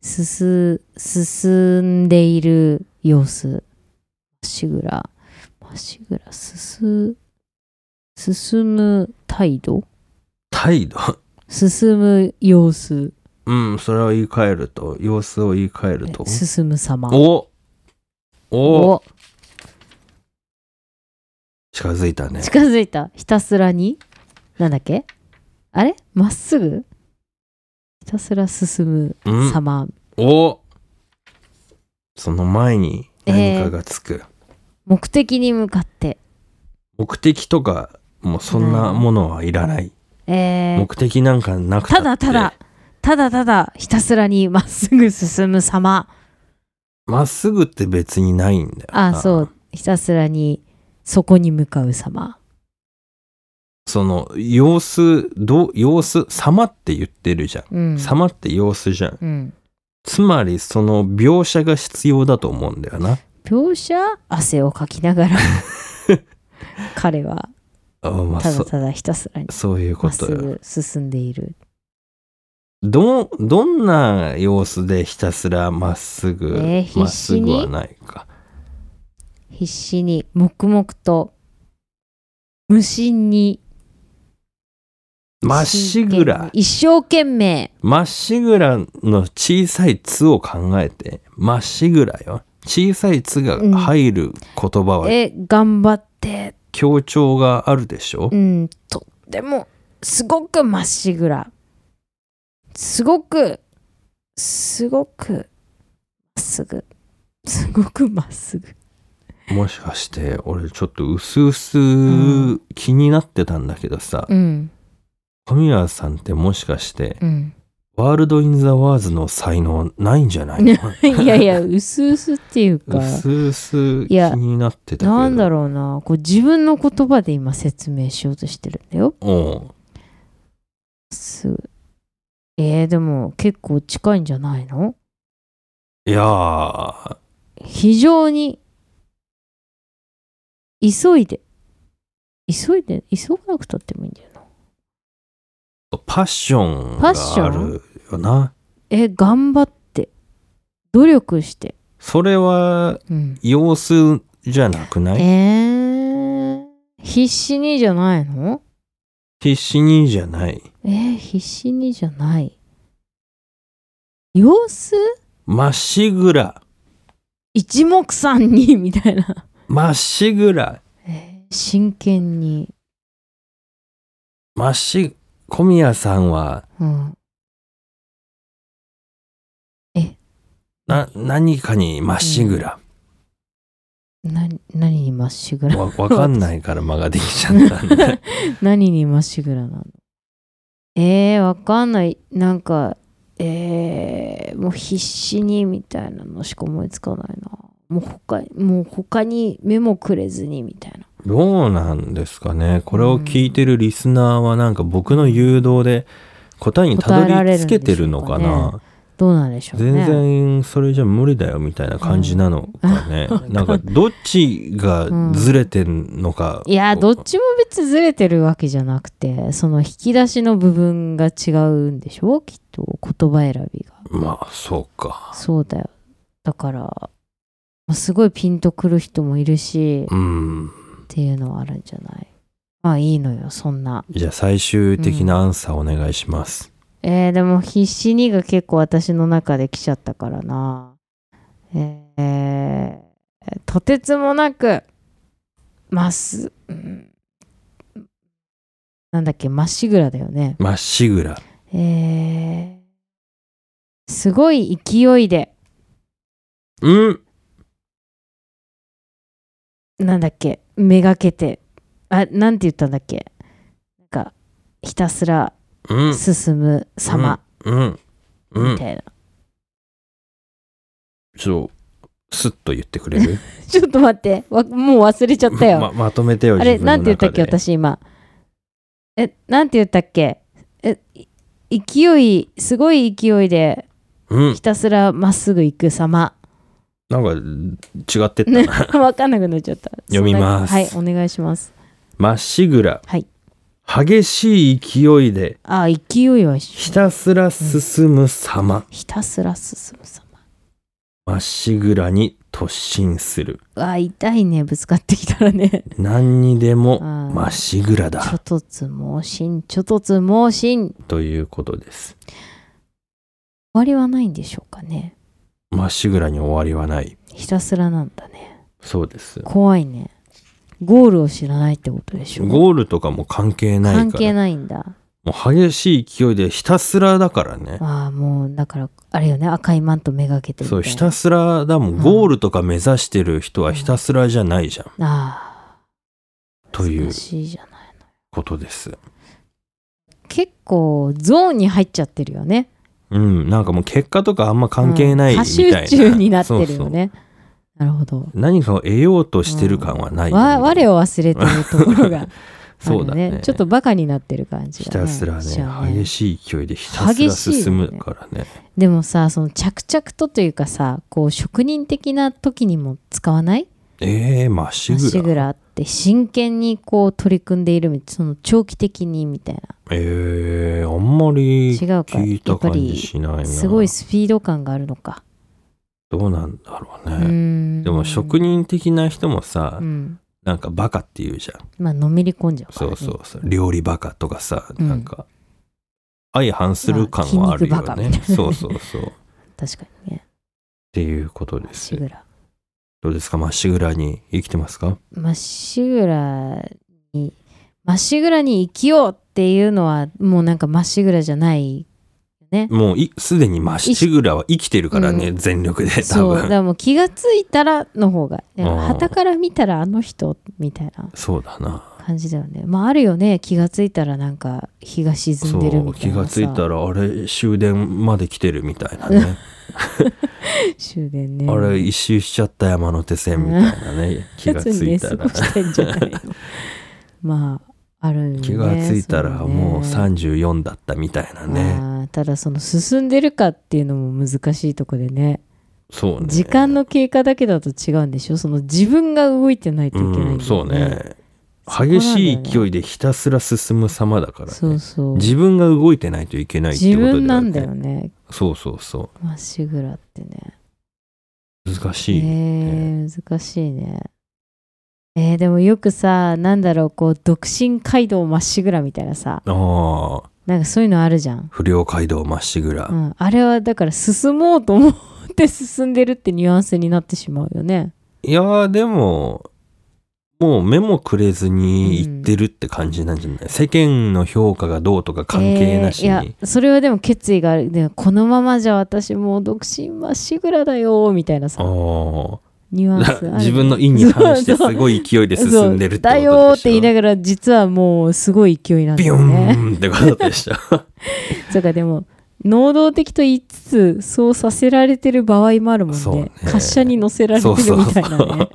[SPEAKER 2] 進進んでいる様子まっしぐらまっしぐら進進む態度
[SPEAKER 1] 態度
[SPEAKER 2] 進む様子
[SPEAKER 1] うんそれを言い換えると様子を言い換えると
[SPEAKER 2] 進む様
[SPEAKER 1] おお
[SPEAKER 2] お
[SPEAKER 1] 近づいたね
[SPEAKER 2] 近づいたひたすらになんだっけあれまっすぐひたすら進む
[SPEAKER 1] うん
[SPEAKER 2] 様、
[SPEAKER 1] おその前に何かがつく、
[SPEAKER 2] 目的に向かって
[SPEAKER 1] 目的とかもうそんなものはいらない、
[SPEAKER 2] えー
[SPEAKER 1] 目的なんかなくたったて
[SPEAKER 2] だただただただひたすらにまっすぐ進む様
[SPEAKER 1] まっすぐって別にないんだよな
[SPEAKER 2] あそうひたすらにそこに向かう様
[SPEAKER 1] その様子どう様子様って言ってるじゃん、
[SPEAKER 2] うん
[SPEAKER 1] 様って様子じゃん
[SPEAKER 2] うん
[SPEAKER 1] つまりその描写が必要だと思うんだよな
[SPEAKER 2] 描写汗をかきなが ら彼は
[SPEAKER 1] あまあ
[SPEAKER 2] ただ
[SPEAKER 1] そ
[SPEAKER 2] ただひたすらに
[SPEAKER 1] そういう
[SPEAKER 2] ま
[SPEAKER 1] こ
[SPEAKER 2] っす
[SPEAKER 1] とよ
[SPEAKER 2] ぐ進んでいる
[SPEAKER 1] どどんな様子でひたすらまっすぐ
[SPEAKER 2] えー必死に
[SPEAKER 1] まっすぐはないか
[SPEAKER 2] 必死に黙々と無心に
[SPEAKER 1] まっしぐら。
[SPEAKER 2] 一生懸命。
[SPEAKER 1] まっしぐらの小さい「つ」を考えてまっしぐらよ小さい「つ」が入る言葉は
[SPEAKER 2] え、頑張って。
[SPEAKER 1] 強調があるでしょ、
[SPEAKER 2] うん、とっても、すごくまっしぐら。すごく、すごく、まっすぐ。すごくまっすぐ。
[SPEAKER 1] もしかして俺ちょっと薄々気になってたんだけどさ、
[SPEAKER 2] うん、
[SPEAKER 1] 神谷さんってもしかして
[SPEAKER 2] うん。
[SPEAKER 1] ワールド・イン・ザ・ワーズの才能ないんじゃない の
[SPEAKER 2] いやいや、うすうすっていうか。
[SPEAKER 1] 薄々気
[SPEAKER 2] いや
[SPEAKER 1] になってたけど
[SPEAKER 2] なんだ
[SPEAKER 1] ろ
[SPEAKER 2] ろうなこう自分の言葉で今説明しようとしてるんだよ
[SPEAKER 1] うおう
[SPEAKER 2] すぐえー、でも結構近いんじゃないの
[SPEAKER 1] いやー
[SPEAKER 2] 非常に急いで急いで急がなくたってもいいんだよな
[SPEAKER 1] パッション
[SPEAKER 2] パッショ
[SPEAKER 1] が
[SPEAKER 2] ン
[SPEAKER 1] あるよな
[SPEAKER 2] え頑張って努力して
[SPEAKER 1] それは
[SPEAKER 2] うん
[SPEAKER 1] 様子じゃなくない
[SPEAKER 2] えー、必死にじゃないの
[SPEAKER 1] 必死にじゃない
[SPEAKER 2] えー、必死にじゃない様子
[SPEAKER 1] まっしぐら
[SPEAKER 2] 一目散にみたいな
[SPEAKER 1] まっしぐら
[SPEAKER 2] えー真剣に、
[SPEAKER 1] まっし小宮さんは
[SPEAKER 2] うん、
[SPEAKER 1] な何かにまっしぐら、
[SPEAKER 2] な何にまっしぐら
[SPEAKER 1] わわかんないから間ができちゃったんで
[SPEAKER 2] 何にまっしぐらなのえー、わかんないなんかえー、もう必死にみたいなのしか思いつかないなもう他もう他に目もくれずにみたいな
[SPEAKER 1] どうなんですかねこれを聞いてるリスナーはなんか僕の誘導で答えにたどり着けてるのか
[SPEAKER 2] 答えられるんでしょう
[SPEAKER 1] な
[SPEAKER 2] どうなんでしょうね
[SPEAKER 1] 全然それじゃ無理だよみたいな感じなのかね、 なんかどっちがずれてんのか、
[SPEAKER 2] いやどっちも別にずれてるわけじゃなくてその引き出しの部分が違うんでしょきっと言葉選びが
[SPEAKER 1] まあそうか
[SPEAKER 2] そうだよ。だから、まあすごいピンとくる人もいるし、
[SPEAKER 1] う
[SPEAKER 2] っ
[SPEAKER 1] ん
[SPEAKER 2] ていうのはあるんじゃないまあいいのよ、そんな。
[SPEAKER 1] じゃあ最終的なアンサーお願いします、
[SPEAKER 2] えー、でも必死にが結構私の中で来ちゃったからな。えー、とてつもなく、ます、うんなんだっけ、まっしぐらだよね。
[SPEAKER 1] まっしぐら
[SPEAKER 2] えー、すごい勢いで、
[SPEAKER 1] うん
[SPEAKER 2] なんだっけめがけてあなんて言ったんだっけなんかひたすら
[SPEAKER 1] うん
[SPEAKER 2] 進む様
[SPEAKER 1] うんう
[SPEAKER 2] み
[SPEAKER 1] ん
[SPEAKER 2] たいな、
[SPEAKER 1] ちょっとスッと言ってくれる
[SPEAKER 2] ちょっと待ってわもう忘れちゃったよ、
[SPEAKER 1] ままとめてよ
[SPEAKER 2] あれなんて言ったっけ
[SPEAKER 1] 自
[SPEAKER 2] 私今えなんて言ったっけえい勢いすごい勢いで
[SPEAKER 1] 分の中で
[SPEAKER 2] ひたすらまっすぐ行く様、
[SPEAKER 1] うんなんか違ってった
[SPEAKER 2] ね、
[SPEAKER 1] な
[SPEAKER 2] わかんなくなっちゃった
[SPEAKER 1] 読みます
[SPEAKER 2] そんなはいお願いします
[SPEAKER 1] まっしぐら
[SPEAKER 2] はい
[SPEAKER 1] 激しい勢いで
[SPEAKER 2] あ勢いは一緒
[SPEAKER 1] ひたすら進む様
[SPEAKER 2] ひたすら進む様
[SPEAKER 1] まっしぐらに突進する
[SPEAKER 2] うわ痛いねぶつかってきたらね
[SPEAKER 1] 何にでも
[SPEAKER 2] あー
[SPEAKER 1] まっしぐらだ
[SPEAKER 2] ちょとつ盲信、ちょとつ盲信。終
[SPEAKER 1] ということです
[SPEAKER 2] わりはないんでしょうかね。
[SPEAKER 1] まっしぐらに終わりはない
[SPEAKER 2] ひたすらなんだね。
[SPEAKER 1] そうです
[SPEAKER 2] 怖いね。ゴールを知らないってことでしょ。
[SPEAKER 1] ゴールとかも関係ないから
[SPEAKER 2] 関係ないんだ。
[SPEAKER 1] もう激しい勢いでひたすらだからね
[SPEAKER 2] ああ、もう、だから、あれよね、赤いマントめがけてみたい
[SPEAKER 1] そ
[SPEAKER 2] な
[SPEAKER 1] うひたすらだもん、
[SPEAKER 2] うん
[SPEAKER 1] ゴールとか目指してる人はひたすらじゃないじゃん、
[SPEAKER 2] あ
[SPEAKER 1] と
[SPEAKER 2] あ、
[SPEAKER 1] いう
[SPEAKER 2] らしいじゃない。
[SPEAKER 1] ことです
[SPEAKER 2] 結構、ゾーンに入っちゃってるよね。
[SPEAKER 1] うんなんかもう結果とかあんま関係ない
[SPEAKER 2] うん
[SPEAKER 1] み
[SPEAKER 2] 過
[SPEAKER 1] たいな、
[SPEAKER 2] 集中になってる
[SPEAKER 1] そ
[SPEAKER 2] よ
[SPEAKER 1] うそう
[SPEAKER 2] ね。なるほど。
[SPEAKER 1] 何かを得ようとしてる感はない、
[SPEAKER 2] わ我を忘れてるところが
[SPEAKER 1] そうだ
[SPEAKER 2] あ
[SPEAKER 1] ね
[SPEAKER 2] るちょっとバカになってる感じ
[SPEAKER 1] ひ
[SPEAKER 2] が、ね、
[SPEAKER 1] たすら
[SPEAKER 2] しちゃう
[SPEAKER 1] ね激しい勢いでひたすら進むからね
[SPEAKER 2] でもさその着々とというかさこう職人的な時にも使わない
[SPEAKER 1] えー、まっし
[SPEAKER 2] まっ
[SPEAKER 1] ぐ
[SPEAKER 2] し
[SPEAKER 1] ら
[SPEAKER 2] ぐらって真剣にこう取り組んでいるみその長期的にみたい
[SPEAKER 1] えー、あんまり
[SPEAKER 2] 違うか
[SPEAKER 1] 聞い
[SPEAKER 2] や
[SPEAKER 1] た感
[SPEAKER 2] っぱ
[SPEAKER 1] じ
[SPEAKER 2] り
[SPEAKER 1] しないな
[SPEAKER 2] なすごいスピード感があるのか、
[SPEAKER 1] どうなんだろう
[SPEAKER 2] う
[SPEAKER 1] ね、
[SPEAKER 2] ーん
[SPEAKER 1] でも職人的な人もさ、
[SPEAKER 2] うん
[SPEAKER 1] なんかバカって言うじゃん。
[SPEAKER 2] まあのめり込んじゃうから、
[SPEAKER 1] そ
[SPEAKER 2] ね、
[SPEAKER 1] うそうそう。料理バカとかさ、
[SPEAKER 2] うん
[SPEAKER 1] なんか、相反する感はあるよ
[SPEAKER 2] まあ筋肉バカみ
[SPEAKER 1] ね
[SPEAKER 2] たい。な
[SPEAKER 1] そうそうそう。っ
[SPEAKER 2] 確かにね
[SPEAKER 1] ていうことで
[SPEAKER 2] まっし
[SPEAKER 1] す。
[SPEAKER 2] ぐら
[SPEAKER 1] どうですかまっしぐらに生きてますか
[SPEAKER 2] まっしぐらにまっしぐらに生きようっていうのはもうなんかまっしぐらじゃないね
[SPEAKER 1] もういすでにまっしぐらは生きてるからね、
[SPEAKER 2] う
[SPEAKER 1] 全力で多
[SPEAKER 2] そうだ
[SPEAKER 1] 分
[SPEAKER 2] からもう気がついたらの方が
[SPEAKER 1] ん
[SPEAKER 2] はたから見たらあの人みたいな
[SPEAKER 1] そうだな
[SPEAKER 2] 感じだよねまああるよね気がついたらなんか日が沈
[SPEAKER 1] そ
[SPEAKER 2] んでるみ
[SPEAKER 1] う
[SPEAKER 2] たい
[SPEAKER 1] 気
[SPEAKER 2] な
[SPEAKER 1] がつい
[SPEAKER 2] ら
[SPEAKER 1] たらあれ終電まで来てるみたい なね
[SPEAKER 2] 終電ね
[SPEAKER 1] あれ一周しちゃった山手線みたいな ね気がついた
[SPEAKER 2] 別に寝過
[SPEAKER 1] ら
[SPEAKER 2] ごしてんじゃないのまああるよね
[SPEAKER 1] 気がついたらもう
[SPEAKER 2] そね
[SPEAKER 1] 34だったみたいなね
[SPEAKER 2] あーただその進んでるかっていうのも難しいとこでね
[SPEAKER 1] そうね
[SPEAKER 2] 時間の経過だけだと違うんでしょその自分が動いてないといけないんだよ
[SPEAKER 1] うんそうね激しい勢いでひたすら進む様だから
[SPEAKER 2] そう
[SPEAKER 1] ね
[SPEAKER 2] そう
[SPEAKER 1] 自分が動いてないといけないって
[SPEAKER 2] 自
[SPEAKER 1] ことだよね
[SPEAKER 2] 分なんだよね
[SPEAKER 1] そうそうそ
[SPEAKER 2] まっしぐらってね
[SPEAKER 1] う難し
[SPEAKER 2] へ
[SPEAKER 1] い
[SPEAKER 2] え難しいねえーでもよくさなんだろうこう独身街道まっしぐらみたいなさ
[SPEAKER 1] ああ
[SPEAKER 2] なんかそういうのあるじゃん
[SPEAKER 1] 不良街道まっしぐら、
[SPEAKER 2] うん、あれはだから進もうと思って進んでるってニュアンスになってしまうよね。
[SPEAKER 1] いやーでももう目もくれずに行ってるって感じなんじゃない、世間の評価がどうとか関係なしに、
[SPEAKER 2] えーいやそれはでも決意があるでこのままじゃ私もう独身まっしぐらだよみたいなさ
[SPEAKER 1] あ
[SPEAKER 2] ニュ アンスあ
[SPEAKER 1] あ
[SPEAKER 2] るよね
[SPEAKER 1] 自分の意に反してすごい勢いで進んでるってことでし
[SPEAKER 2] そう
[SPEAKER 1] ょ
[SPEAKER 2] だよーって言いながら実はもうすごい勢いなんだ
[SPEAKER 1] ビュ
[SPEAKER 2] よね。
[SPEAKER 1] ーンってことで した
[SPEAKER 2] そうかでも能動的と言いつつそうさせられてる場合もあるもん
[SPEAKER 1] そう
[SPEAKER 2] ね
[SPEAKER 1] ね
[SPEAKER 2] 滑車に乗せられてるみたい なね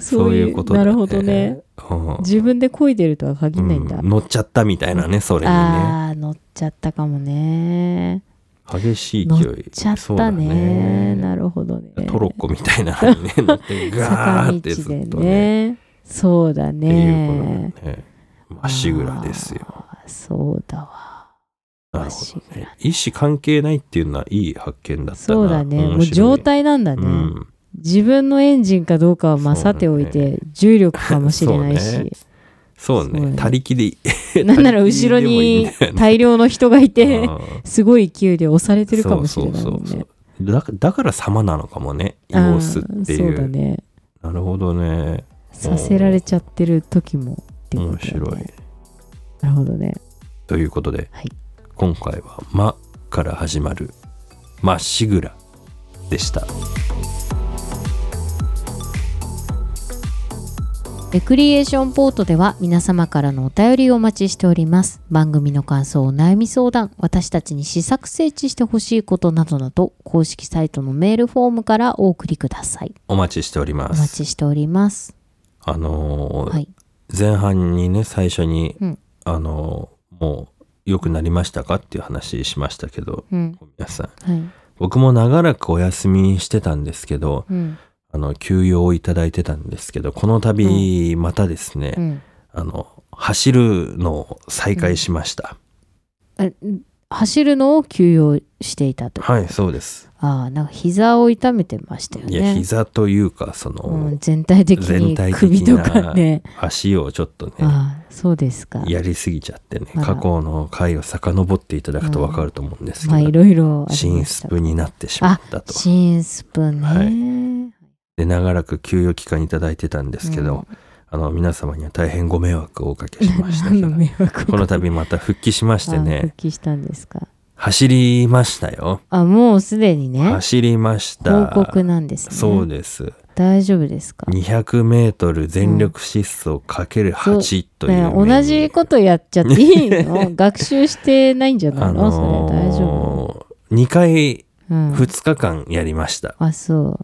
[SPEAKER 1] そういうことだ
[SPEAKER 2] な
[SPEAKER 1] よ
[SPEAKER 2] るほどね、
[SPEAKER 1] うん
[SPEAKER 2] 自分で漕いでるとは限らないんだ、
[SPEAKER 1] うん乗っちゃったみたいなねそれにね
[SPEAKER 2] ああー乗っちゃったかもね
[SPEAKER 1] 激しい
[SPEAKER 2] 乗
[SPEAKER 1] 勢
[SPEAKER 2] っ
[SPEAKER 1] い
[SPEAKER 2] ちゃっ
[SPEAKER 1] そう
[SPEAKER 2] た
[SPEAKER 1] だ
[SPEAKER 2] ね
[SPEAKER 1] ね
[SPEAKER 2] なるほどね
[SPEAKER 1] トロッコみたいなのに ね乗ってガ
[SPEAKER 2] 坂
[SPEAKER 1] ー
[SPEAKER 2] 道
[SPEAKER 1] ってず
[SPEAKER 2] で
[SPEAKER 1] っとね
[SPEAKER 2] ねそうだ
[SPEAKER 1] っていう
[SPEAKER 2] ね
[SPEAKER 1] ことだね。まっしぐらですよ。
[SPEAKER 2] あーそうだわ
[SPEAKER 1] な
[SPEAKER 2] まっ
[SPEAKER 1] るほ
[SPEAKER 2] し
[SPEAKER 1] ど
[SPEAKER 2] ぐら
[SPEAKER 1] ね。意思関係ないっていうのはいい発見だったな。
[SPEAKER 2] そうだね
[SPEAKER 1] 面白い
[SPEAKER 2] もう状態なんだね、
[SPEAKER 1] うん
[SPEAKER 2] 自分のエンジンかどうかはまあ
[SPEAKER 1] そ
[SPEAKER 2] さ
[SPEAKER 1] うだね
[SPEAKER 2] ておいて、重力かもしれない
[SPEAKER 1] そう
[SPEAKER 2] し、
[SPEAKER 1] そう
[SPEAKER 2] そう
[SPEAKER 1] ね。
[SPEAKER 2] ね
[SPEAKER 1] 他力でいい。
[SPEAKER 2] なんなら後ろに大量の人がいてすごい勢いで押されてるかもしれないもんね
[SPEAKER 1] ね。だだから様なのかもね。様子って
[SPEAKER 2] あー
[SPEAKER 1] い
[SPEAKER 2] そうだ
[SPEAKER 1] う。
[SPEAKER 2] ね
[SPEAKER 1] なるほどね。
[SPEAKER 2] させられちゃってる時もってこと
[SPEAKER 1] 面
[SPEAKER 2] だね
[SPEAKER 1] 白い。
[SPEAKER 2] なるほどね
[SPEAKER 1] ということで
[SPEAKER 2] はい、
[SPEAKER 1] 今回はまから始まるまっしぐらでした。
[SPEAKER 2] レクリエーションポートでは皆様からのお便りをお待ちしております。番組の感想、お悩み相談、私たちに試作整地してほしいことなどなど、公式サイトのメールフォームからお送りください。
[SPEAKER 1] お待ちしており
[SPEAKER 2] お
[SPEAKER 1] ま
[SPEAKER 2] 待
[SPEAKER 1] す。
[SPEAKER 2] ちしております。
[SPEAKER 1] あのー
[SPEAKER 2] はい。
[SPEAKER 1] 前半にね最初に、
[SPEAKER 2] うん
[SPEAKER 1] あのもう良くなりましたかっていう話しましたけど
[SPEAKER 2] うん。
[SPEAKER 1] 皆さん
[SPEAKER 2] はい。
[SPEAKER 1] 僕も長らくお休みしてたんですけど
[SPEAKER 2] うん。
[SPEAKER 1] あの休養をいただいてたんですけどこの度またですね、
[SPEAKER 2] うん。
[SPEAKER 1] あの走るのを再開しました、
[SPEAKER 2] え走るのを休養していたと。
[SPEAKER 1] はいそうです
[SPEAKER 2] ああ、なんか膝を痛めてましたよ
[SPEAKER 1] い
[SPEAKER 2] ね。
[SPEAKER 1] や、膝というかその、
[SPEAKER 2] うん、全体的
[SPEAKER 1] 全
[SPEAKER 2] に
[SPEAKER 1] 体
[SPEAKER 2] 首
[SPEAKER 1] 的
[SPEAKER 2] と
[SPEAKER 1] な
[SPEAKER 2] かね。
[SPEAKER 1] 足をちょっとね
[SPEAKER 2] ああ、そうですか。
[SPEAKER 1] やりすぎちゃってね
[SPEAKER 2] あら
[SPEAKER 1] 過去の回を遡っていただくと分かると思うんですけど、
[SPEAKER 2] まあ、いろいろあり
[SPEAKER 1] 新
[SPEAKER 2] まし
[SPEAKER 1] ス
[SPEAKER 2] た。
[SPEAKER 1] プになってしまったと
[SPEAKER 2] 新スプーンね。
[SPEAKER 1] で長らく休養期間いただいてたんですけど、あの皆様には大変ご迷惑をおかけしましたけ
[SPEAKER 2] 何の
[SPEAKER 1] ど
[SPEAKER 2] 迷惑を
[SPEAKER 1] この度また復帰しまして
[SPEAKER 2] あ
[SPEAKER 1] ね
[SPEAKER 2] 復帰したんですか
[SPEAKER 1] 走りましたよ
[SPEAKER 2] あもうすでにね
[SPEAKER 1] 走りました
[SPEAKER 2] 報告なんですね
[SPEAKER 1] そうです
[SPEAKER 2] 大丈夫ですか
[SPEAKER 1] 200m 全力疾走かける8という
[SPEAKER 2] ね
[SPEAKER 1] メニュー、
[SPEAKER 2] 同じことやっちゃっていい の学習してないんじゃな
[SPEAKER 1] あ
[SPEAKER 2] いの、
[SPEAKER 1] の
[SPEAKER 2] それ大丈夫、
[SPEAKER 1] 2回
[SPEAKER 2] うん、
[SPEAKER 1] 2日間やりました、
[SPEAKER 2] あそ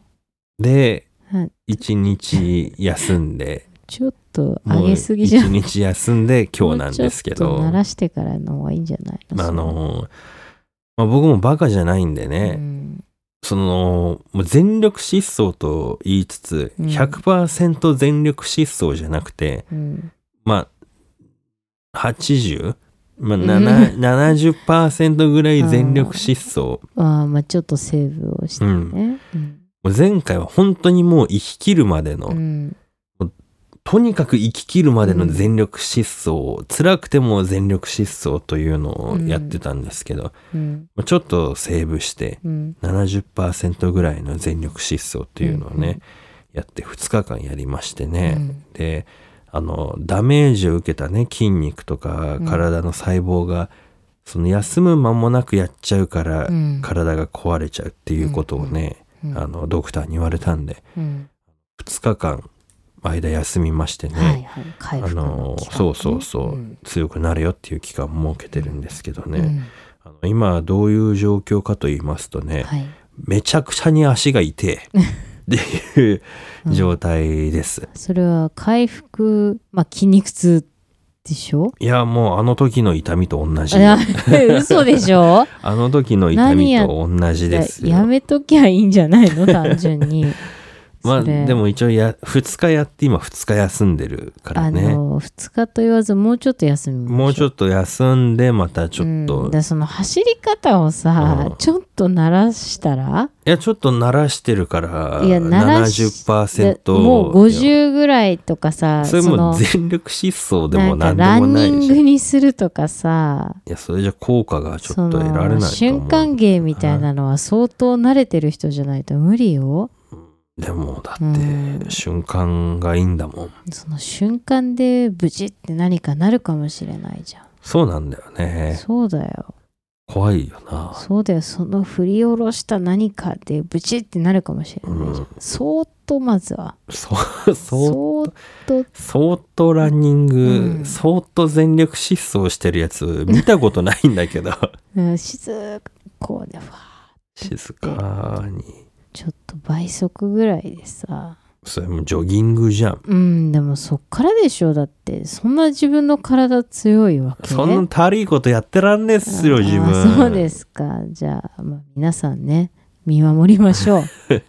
[SPEAKER 2] う
[SPEAKER 1] で
[SPEAKER 2] はい
[SPEAKER 1] 1日休んで
[SPEAKER 2] ちょっと
[SPEAKER 1] も
[SPEAKER 2] 上
[SPEAKER 1] う
[SPEAKER 2] げすぎじゃ
[SPEAKER 1] 1
[SPEAKER 2] ん
[SPEAKER 1] 日休んで今日なんですけ
[SPEAKER 2] もうちょっ
[SPEAKER 1] ど
[SPEAKER 2] と慣らしてからの方がいいんじゃないの
[SPEAKER 1] あのーまあ、僕もバカじゃないんでね、
[SPEAKER 2] うん
[SPEAKER 1] そのもう全力疾走と言いつつ
[SPEAKER 2] うん
[SPEAKER 1] 100%全力疾走じゃなくて、
[SPEAKER 2] うん
[SPEAKER 1] まあ80、まあ、
[SPEAKER 2] うん
[SPEAKER 1] な70%ぐらい全力疾 走、
[SPEAKER 2] あーまあちょっとセーブをしてね、うん
[SPEAKER 1] もう前回は本当にもう生き切るまでの、
[SPEAKER 2] うん
[SPEAKER 1] もうとにかく生き切るまでの全力疾走、辛くても全力疾走というのをやってたんですけど、
[SPEAKER 2] うん
[SPEAKER 1] まあちょっとセーブして
[SPEAKER 2] うん
[SPEAKER 1] 70%ぐらいの全力疾走っていうのをね、
[SPEAKER 2] うん
[SPEAKER 1] やって2日間やりまして
[SPEAKER 2] う
[SPEAKER 1] ね、
[SPEAKER 2] ん
[SPEAKER 1] であのダメージを受けたね筋肉とか
[SPEAKER 2] うん
[SPEAKER 1] 体の細胞が、その休む間もなくやっちゃうから、
[SPEAKER 2] うん
[SPEAKER 1] 体が壊れちゃうっていうことをね、
[SPEAKER 2] うん
[SPEAKER 1] あのドクターに言われたんで
[SPEAKER 2] うん
[SPEAKER 1] 2日間間休みましてね、
[SPEAKER 2] はいはい回
[SPEAKER 1] あ
[SPEAKER 2] 復
[SPEAKER 1] の
[SPEAKER 2] の期間ね
[SPEAKER 1] そうそうそう、
[SPEAKER 2] ん
[SPEAKER 1] 強くなるよっていう期間を設けてるんですけどね、
[SPEAKER 2] うん
[SPEAKER 1] あの今どういう状況かと言いますとね、
[SPEAKER 2] はい
[SPEAKER 1] めちゃくちゃに足が痛 えっていう
[SPEAKER 2] うん
[SPEAKER 1] 状態です。
[SPEAKER 2] それは回復まあ筋肉痛でしょ
[SPEAKER 1] いやもうあの時の痛みと同じ
[SPEAKER 2] あ 嘘でしょ
[SPEAKER 1] あの時の痛みと同じ です
[SPEAKER 2] いやや
[SPEAKER 1] よ。
[SPEAKER 2] めときゃいいんじゃない の単純に
[SPEAKER 1] まあ
[SPEAKER 2] それ
[SPEAKER 1] でも一応や2日やって今2日休んでるから
[SPEAKER 2] あ
[SPEAKER 1] ね。
[SPEAKER 2] の2日と言わずもうちょっと休みましょ
[SPEAKER 1] もうちょ
[SPEAKER 2] っ
[SPEAKER 1] っと休んでまたちょっと、
[SPEAKER 2] だか
[SPEAKER 1] い
[SPEAKER 2] らその走り方をさ、
[SPEAKER 1] うん
[SPEAKER 2] ちょっと鳴らしたら
[SPEAKER 1] やちょっと慣らしてるから
[SPEAKER 2] いや鳴らしで
[SPEAKER 1] 70%
[SPEAKER 2] もう50ぐらいとかさ
[SPEAKER 1] それ
[SPEAKER 2] そ
[SPEAKER 1] も
[SPEAKER 2] の
[SPEAKER 1] う全力疾走でも
[SPEAKER 2] な
[SPEAKER 1] 何
[SPEAKER 2] ん
[SPEAKER 1] で
[SPEAKER 2] かラ
[SPEAKER 1] も
[SPEAKER 2] ンニ
[SPEAKER 1] ないで
[SPEAKER 2] ン
[SPEAKER 1] しょ
[SPEAKER 2] グにするとかさ
[SPEAKER 1] いやそれじゃ効果がちょっと得られないと思う
[SPEAKER 2] その瞬間芸みたいなのは相当慣れてる人じゃないと無理よ、
[SPEAKER 1] でもだ
[SPEAKER 2] う
[SPEAKER 1] っ
[SPEAKER 2] ん
[SPEAKER 1] て瞬間がいいんだもん
[SPEAKER 2] その瞬間でブチって何かなるかもしれないじゃん、
[SPEAKER 1] そうなんだよね
[SPEAKER 2] そうだよ
[SPEAKER 1] 怖いよな
[SPEAKER 2] そうだよその振り下ろした何かでブチってなるかもしれないじゃん、
[SPEAKER 1] う
[SPEAKER 2] そーっとまずは
[SPEAKER 1] そうそう
[SPEAKER 2] そーっと
[SPEAKER 1] 相当ランニング、
[SPEAKER 2] うん
[SPEAKER 1] 相当全力疾走してるやつ見たことないんだけど
[SPEAKER 2] うん静かこうでわー
[SPEAKER 1] 静かに
[SPEAKER 2] ちょっと倍速ぐらいでさ
[SPEAKER 1] それもジョギングじゃん
[SPEAKER 2] うんでもそっからでしょだってそんな自分の体強いわけ
[SPEAKER 1] そんなたるいことやってらんねえっすよ
[SPEAKER 2] あー
[SPEAKER 1] 自分
[SPEAKER 2] そうですかじゃあ、まあ、皆さんね見守りま しょう、え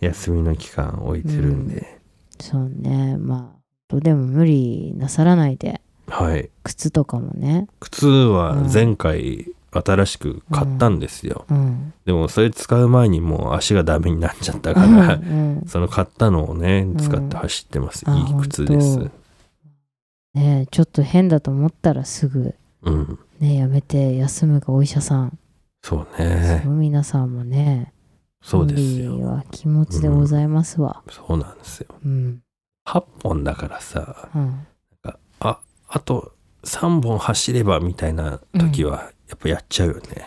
[SPEAKER 1] 休みの期間置いてるんで、
[SPEAKER 2] ーそうねまあどうでも無理なさらないで
[SPEAKER 1] はい
[SPEAKER 2] 靴とかもね
[SPEAKER 1] 靴は前回新しく買ったんですよ、
[SPEAKER 2] うん
[SPEAKER 1] でもそれ使う前にもう足がダメになっちゃったか
[SPEAKER 2] うん
[SPEAKER 1] ら、
[SPEAKER 2] うん
[SPEAKER 1] その買ったのをね使って走ってます、
[SPEAKER 2] うん
[SPEAKER 1] いい靴です
[SPEAKER 2] あねえちょっと変だと思ったらすぐ、
[SPEAKER 1] うん
[SPEAKER 2] ね、やめて休むがお医者さん、
[SPEAKER 1] そう
[SPEAKER 2] そ
[SPEAKER 1] ね
[SPEAKER 2] う皆さんもね
[SPEAKER 1] そうです
[SPEAKER 2] 無理
[SPEAKER 1] よ
[SPEAKER 2] は気持ちでございますわ、
[SPEAKER 1] そうなんですよ
[SPEAKER 2] うん
[SPEAKER 1] 8本だからさ
[SPEAKER 2] うん
[SPEAKER 1] あと3本走ればみたいな時はやっぱやっちゃうよね、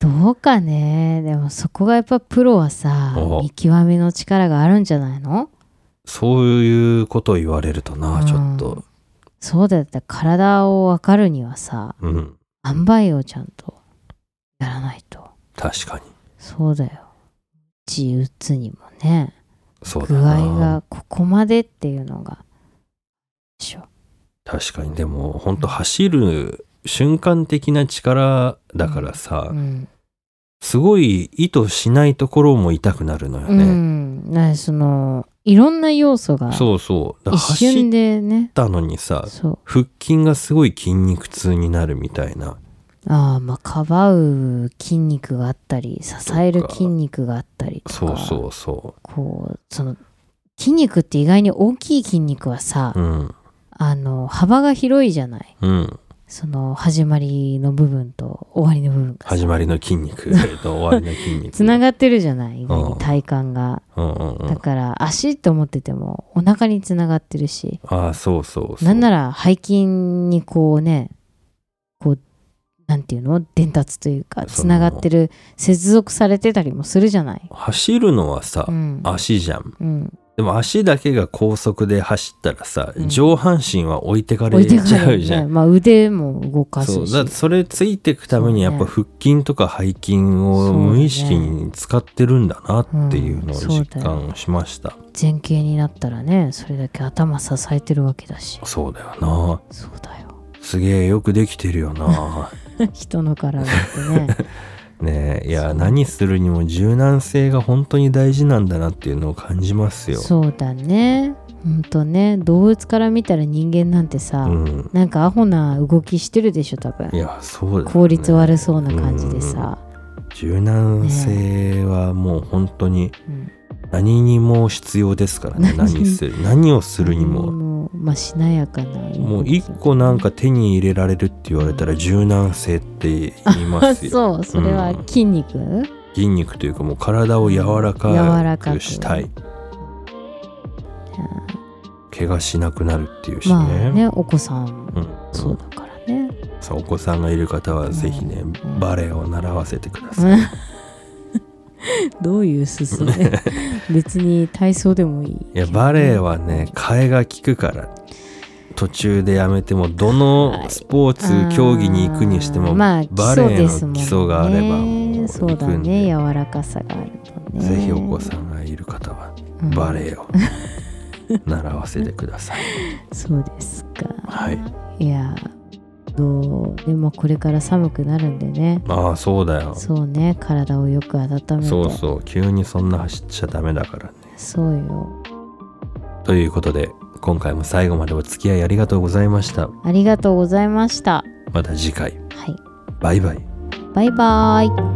[SPEAKER 2] どうかねでもそこがやっぱプロはさ
[SPEAKER 1] お
[SPEAKER 2] 見極めの力があるんじゃないの
[SPEAKER 1] そういうことを言われるとな、
[SPEAKER 2] うん
[SPEAKER 1] ちょっと
[SPEAKER 2] そうだよだって体を分かるにはさ
[SPEAKER 1] うん
[SPEAKER 2] 塩梅をちゃんとやらないと
[SPEAKER 1] 確かに
[SPEAKER 2] そうだよ血打つにもね
[SPEAKER 1] そうだ
[SPEAKER 2] 具
[SPEAKER 1] な
[SPEAKER 2] 合がここまでっていうのがでしょ
[SPEAKER 1] 確かにでも本当走る瞬間的な力だからさ、
[SPEAKER 2] うん
[SPEAKER 1] すごい意図しないところも痛くなるのよ
[SPEAKER 2] う
[SPEAKER 1] ね。
[SPEAKER 2] ん、ねそのいろんな要素が
[SPEAKER 1] そうそう。だから
[SPEAKER 2] 一
[SPEAKER 1] 走
[SPEAKER 2] 瞬
[SPEAKER 1] っ
[SPEAKER 2] でね
[SPEAKER 1] たのにさ、
[SPEAKER 2] そう
[SPEAKER 1] 腹筋がすごい筋肉痛になるみたいな。
[SPEAKER 2] ああまあかばう筋肉があったり支える筋肉があったりとか
[SPEAKER 1] そうそうそ
[SPEAKER 2] こうその筋肉って意外に大きい筋肉はさ、
[SPEAKER 1] う。うん。
[SPEAKER 2] あの幅が広いじゃない
[SPEAKER 1] うん。
[SPEAKER 2] その始まりの部分と終わりの部分が
[SPEAKER 1] 始まりの筋肉と終わりの筋肉。
[SPEAKER 2] つながってるじゃない意外
[SPEAKER 1] うん
[SPEAKER 2] に体幹が、
[SPEAKER 1] うんうんう
[SPEAKER 2] だ
[SPEAKER 1] ん。
[SPEAKER 2] から足って思っててもお腹につながってるし
[SPEAKER 1] ああ、そうそうそう。
[SPEAKER 2] なんなら背筋にこうねこうなんていうの伝達というか
[SPEAKER 1] そ
[SPEAKER 2] つ
[SPEAKER 1] の
[SPEAKER 2] ながってる接続されてたりもするじゃない。
[SPEAKER 1] 走るのはさ、
[SPEAKER 2] うん
[SPEAKER 1] 足じゃん。
[SPEAKER 2] うん、
[SPEAKER 1] でも足だけが高速で走ったらさ、
[SPEAKER 2] うん
[SPEAKER 1] 上半身は置いてか
[SPEAKER 2] 置
[SPEAKER 1] れ
[SPEAKER 2] い
[SPEAKER 1] ち
[SPEAKER 2] てか
[SPEAKER 1] ゃ
[SPEAKER 2] れ
[SPEAKER 1] う
[SPEAKER 2] る
[SPEAKER 1] じゃ
[SPEAKER 2] ね、
[SPEAKER 1] ん。
[SPEAKER 2] まあ、腕も動かす
[SPEAKER 1] そ
[SPEAKER 2] し
[SPEAKER 1] うだってそれついていくためにやっ
[SPEAKER 2] そ
[SPEAKER 1] ぱ腹筋とか背筋を無意識に使ってるんだなっていうのを
[SPEAKER 2] そうだよ
[SPEAKER 1] 実感しました、
[SPEAKER 2] 前傾になったらねそれだけ頭支えてるわけだし
[SPEAKER 1] そうだよな
[SPEAKER 2] そうだよ
[SPEAKER 1] すげえよくできてるよな
[SPEAKER 2] 人の体ってね
[SPEAKER 1] ねえい
[SPEAKER 2] そ
[SPEAKER 1] や
[SPEAKER 2] う
[SPEAKER 1] 何するにも柔軟性が本当に大事なんだなっていうのを感じますよ
[SPEAKER 2] そうだねほんとね動物から見たら人間なんてさ、
[SPEAKER 1] うん
[SPEAKER 2] なんかアホな動きしてるでしょ多分
[SPEAKER 1] いやそうだよね
[SPEAKER 2] 効率悪そうな感じでさ、
[SPEAKER 1] 柔軟性はもう本当に
[SPEAKER 2] うん
[SPEAKER 1] 何にも必要ですからね
[SPEAKER 2] 何
[SPEAKER 1] 何する何をするに
[SPEAKER 2] 何
[SPEAKER 1] も
[SPEAKER 2] まあしなやかな動き
[SPEAKER 1] もう一個なんか手に入れられるって言われたら柔軟性って言いま
[SPEAKER 2] あ
[SPEAKER 1] すよ
[SPEAKER 2] そうそれは
[SPEAKER 1] うん
[SPEAKER 2] 筋肉、
[SPEAKER 1] 筋肉というかもう体を柔ら
[SPEAKER 2] 柔らか
[SPEAKER 1] か
[SPEAKER 2] く
[SPEAKER 1] くしたい
[SPEAKER 2] あ
[SPEAKER 1] 怪我しなくなるっていうしね,、
[SPEAKER 2] まあねお子さん
[SPEAKER 1] うん、
[SPEAKER 2] そうだからね、
[SPEAKER 1] さあお子さんがいる方はぜひね、
[SPEAKER 2] ん
[SPEAKER 1] バレエを習わせてください、
[SPEAKER 2] どういう進め 別に体操でもいい
[SPEAKER 1] いやバレエはね替えが利くから途中でやめてもど
[SPEAKER 2] はい
[SPEAKER 1] のスポーツ競技に行くにしても、
[SPEAKER 2] あーまあ
[SPEAKER 1] バレエ
[SPEAKER 2] 基礎ですもん
[SPEAKER 1] の基礎があればもう
[SPEAKER 2] ね、そう
[SPEAKER 1] 行
[SPEAKER 2] だ
[SPEAKER 1] くんで、
[SPEAKER 2] ね柔らかさがあるとね
[SPEAKER 1] ぜひお子さんがいる方は
[SPEAKER 2] うん
[SPEAKER 1] バレエを習わせてください、
[SPEAKER 2] そうですか
[SPEAKER 1] はい
[SPEAKER 2] いやどうでもこれから寒くなるんでね
[SPEAKER 1] ああそうだよ
[SPEAKER 2] そうね体をよく温めて
[SPEAKER 1] そうそう急にそんな走っちゃダメだからね
[SPEAKER 2] そうよ
[SPEAKER 1] ということで今回も最後までお付き合いありがとうございました
[SPEAKER 2] ありがとうございました
[SPEAKER 1] また次回
[SPEAKER 2] はい
[SPEAKER 1] バイバイ
[SPEAKER 2] バイバーイ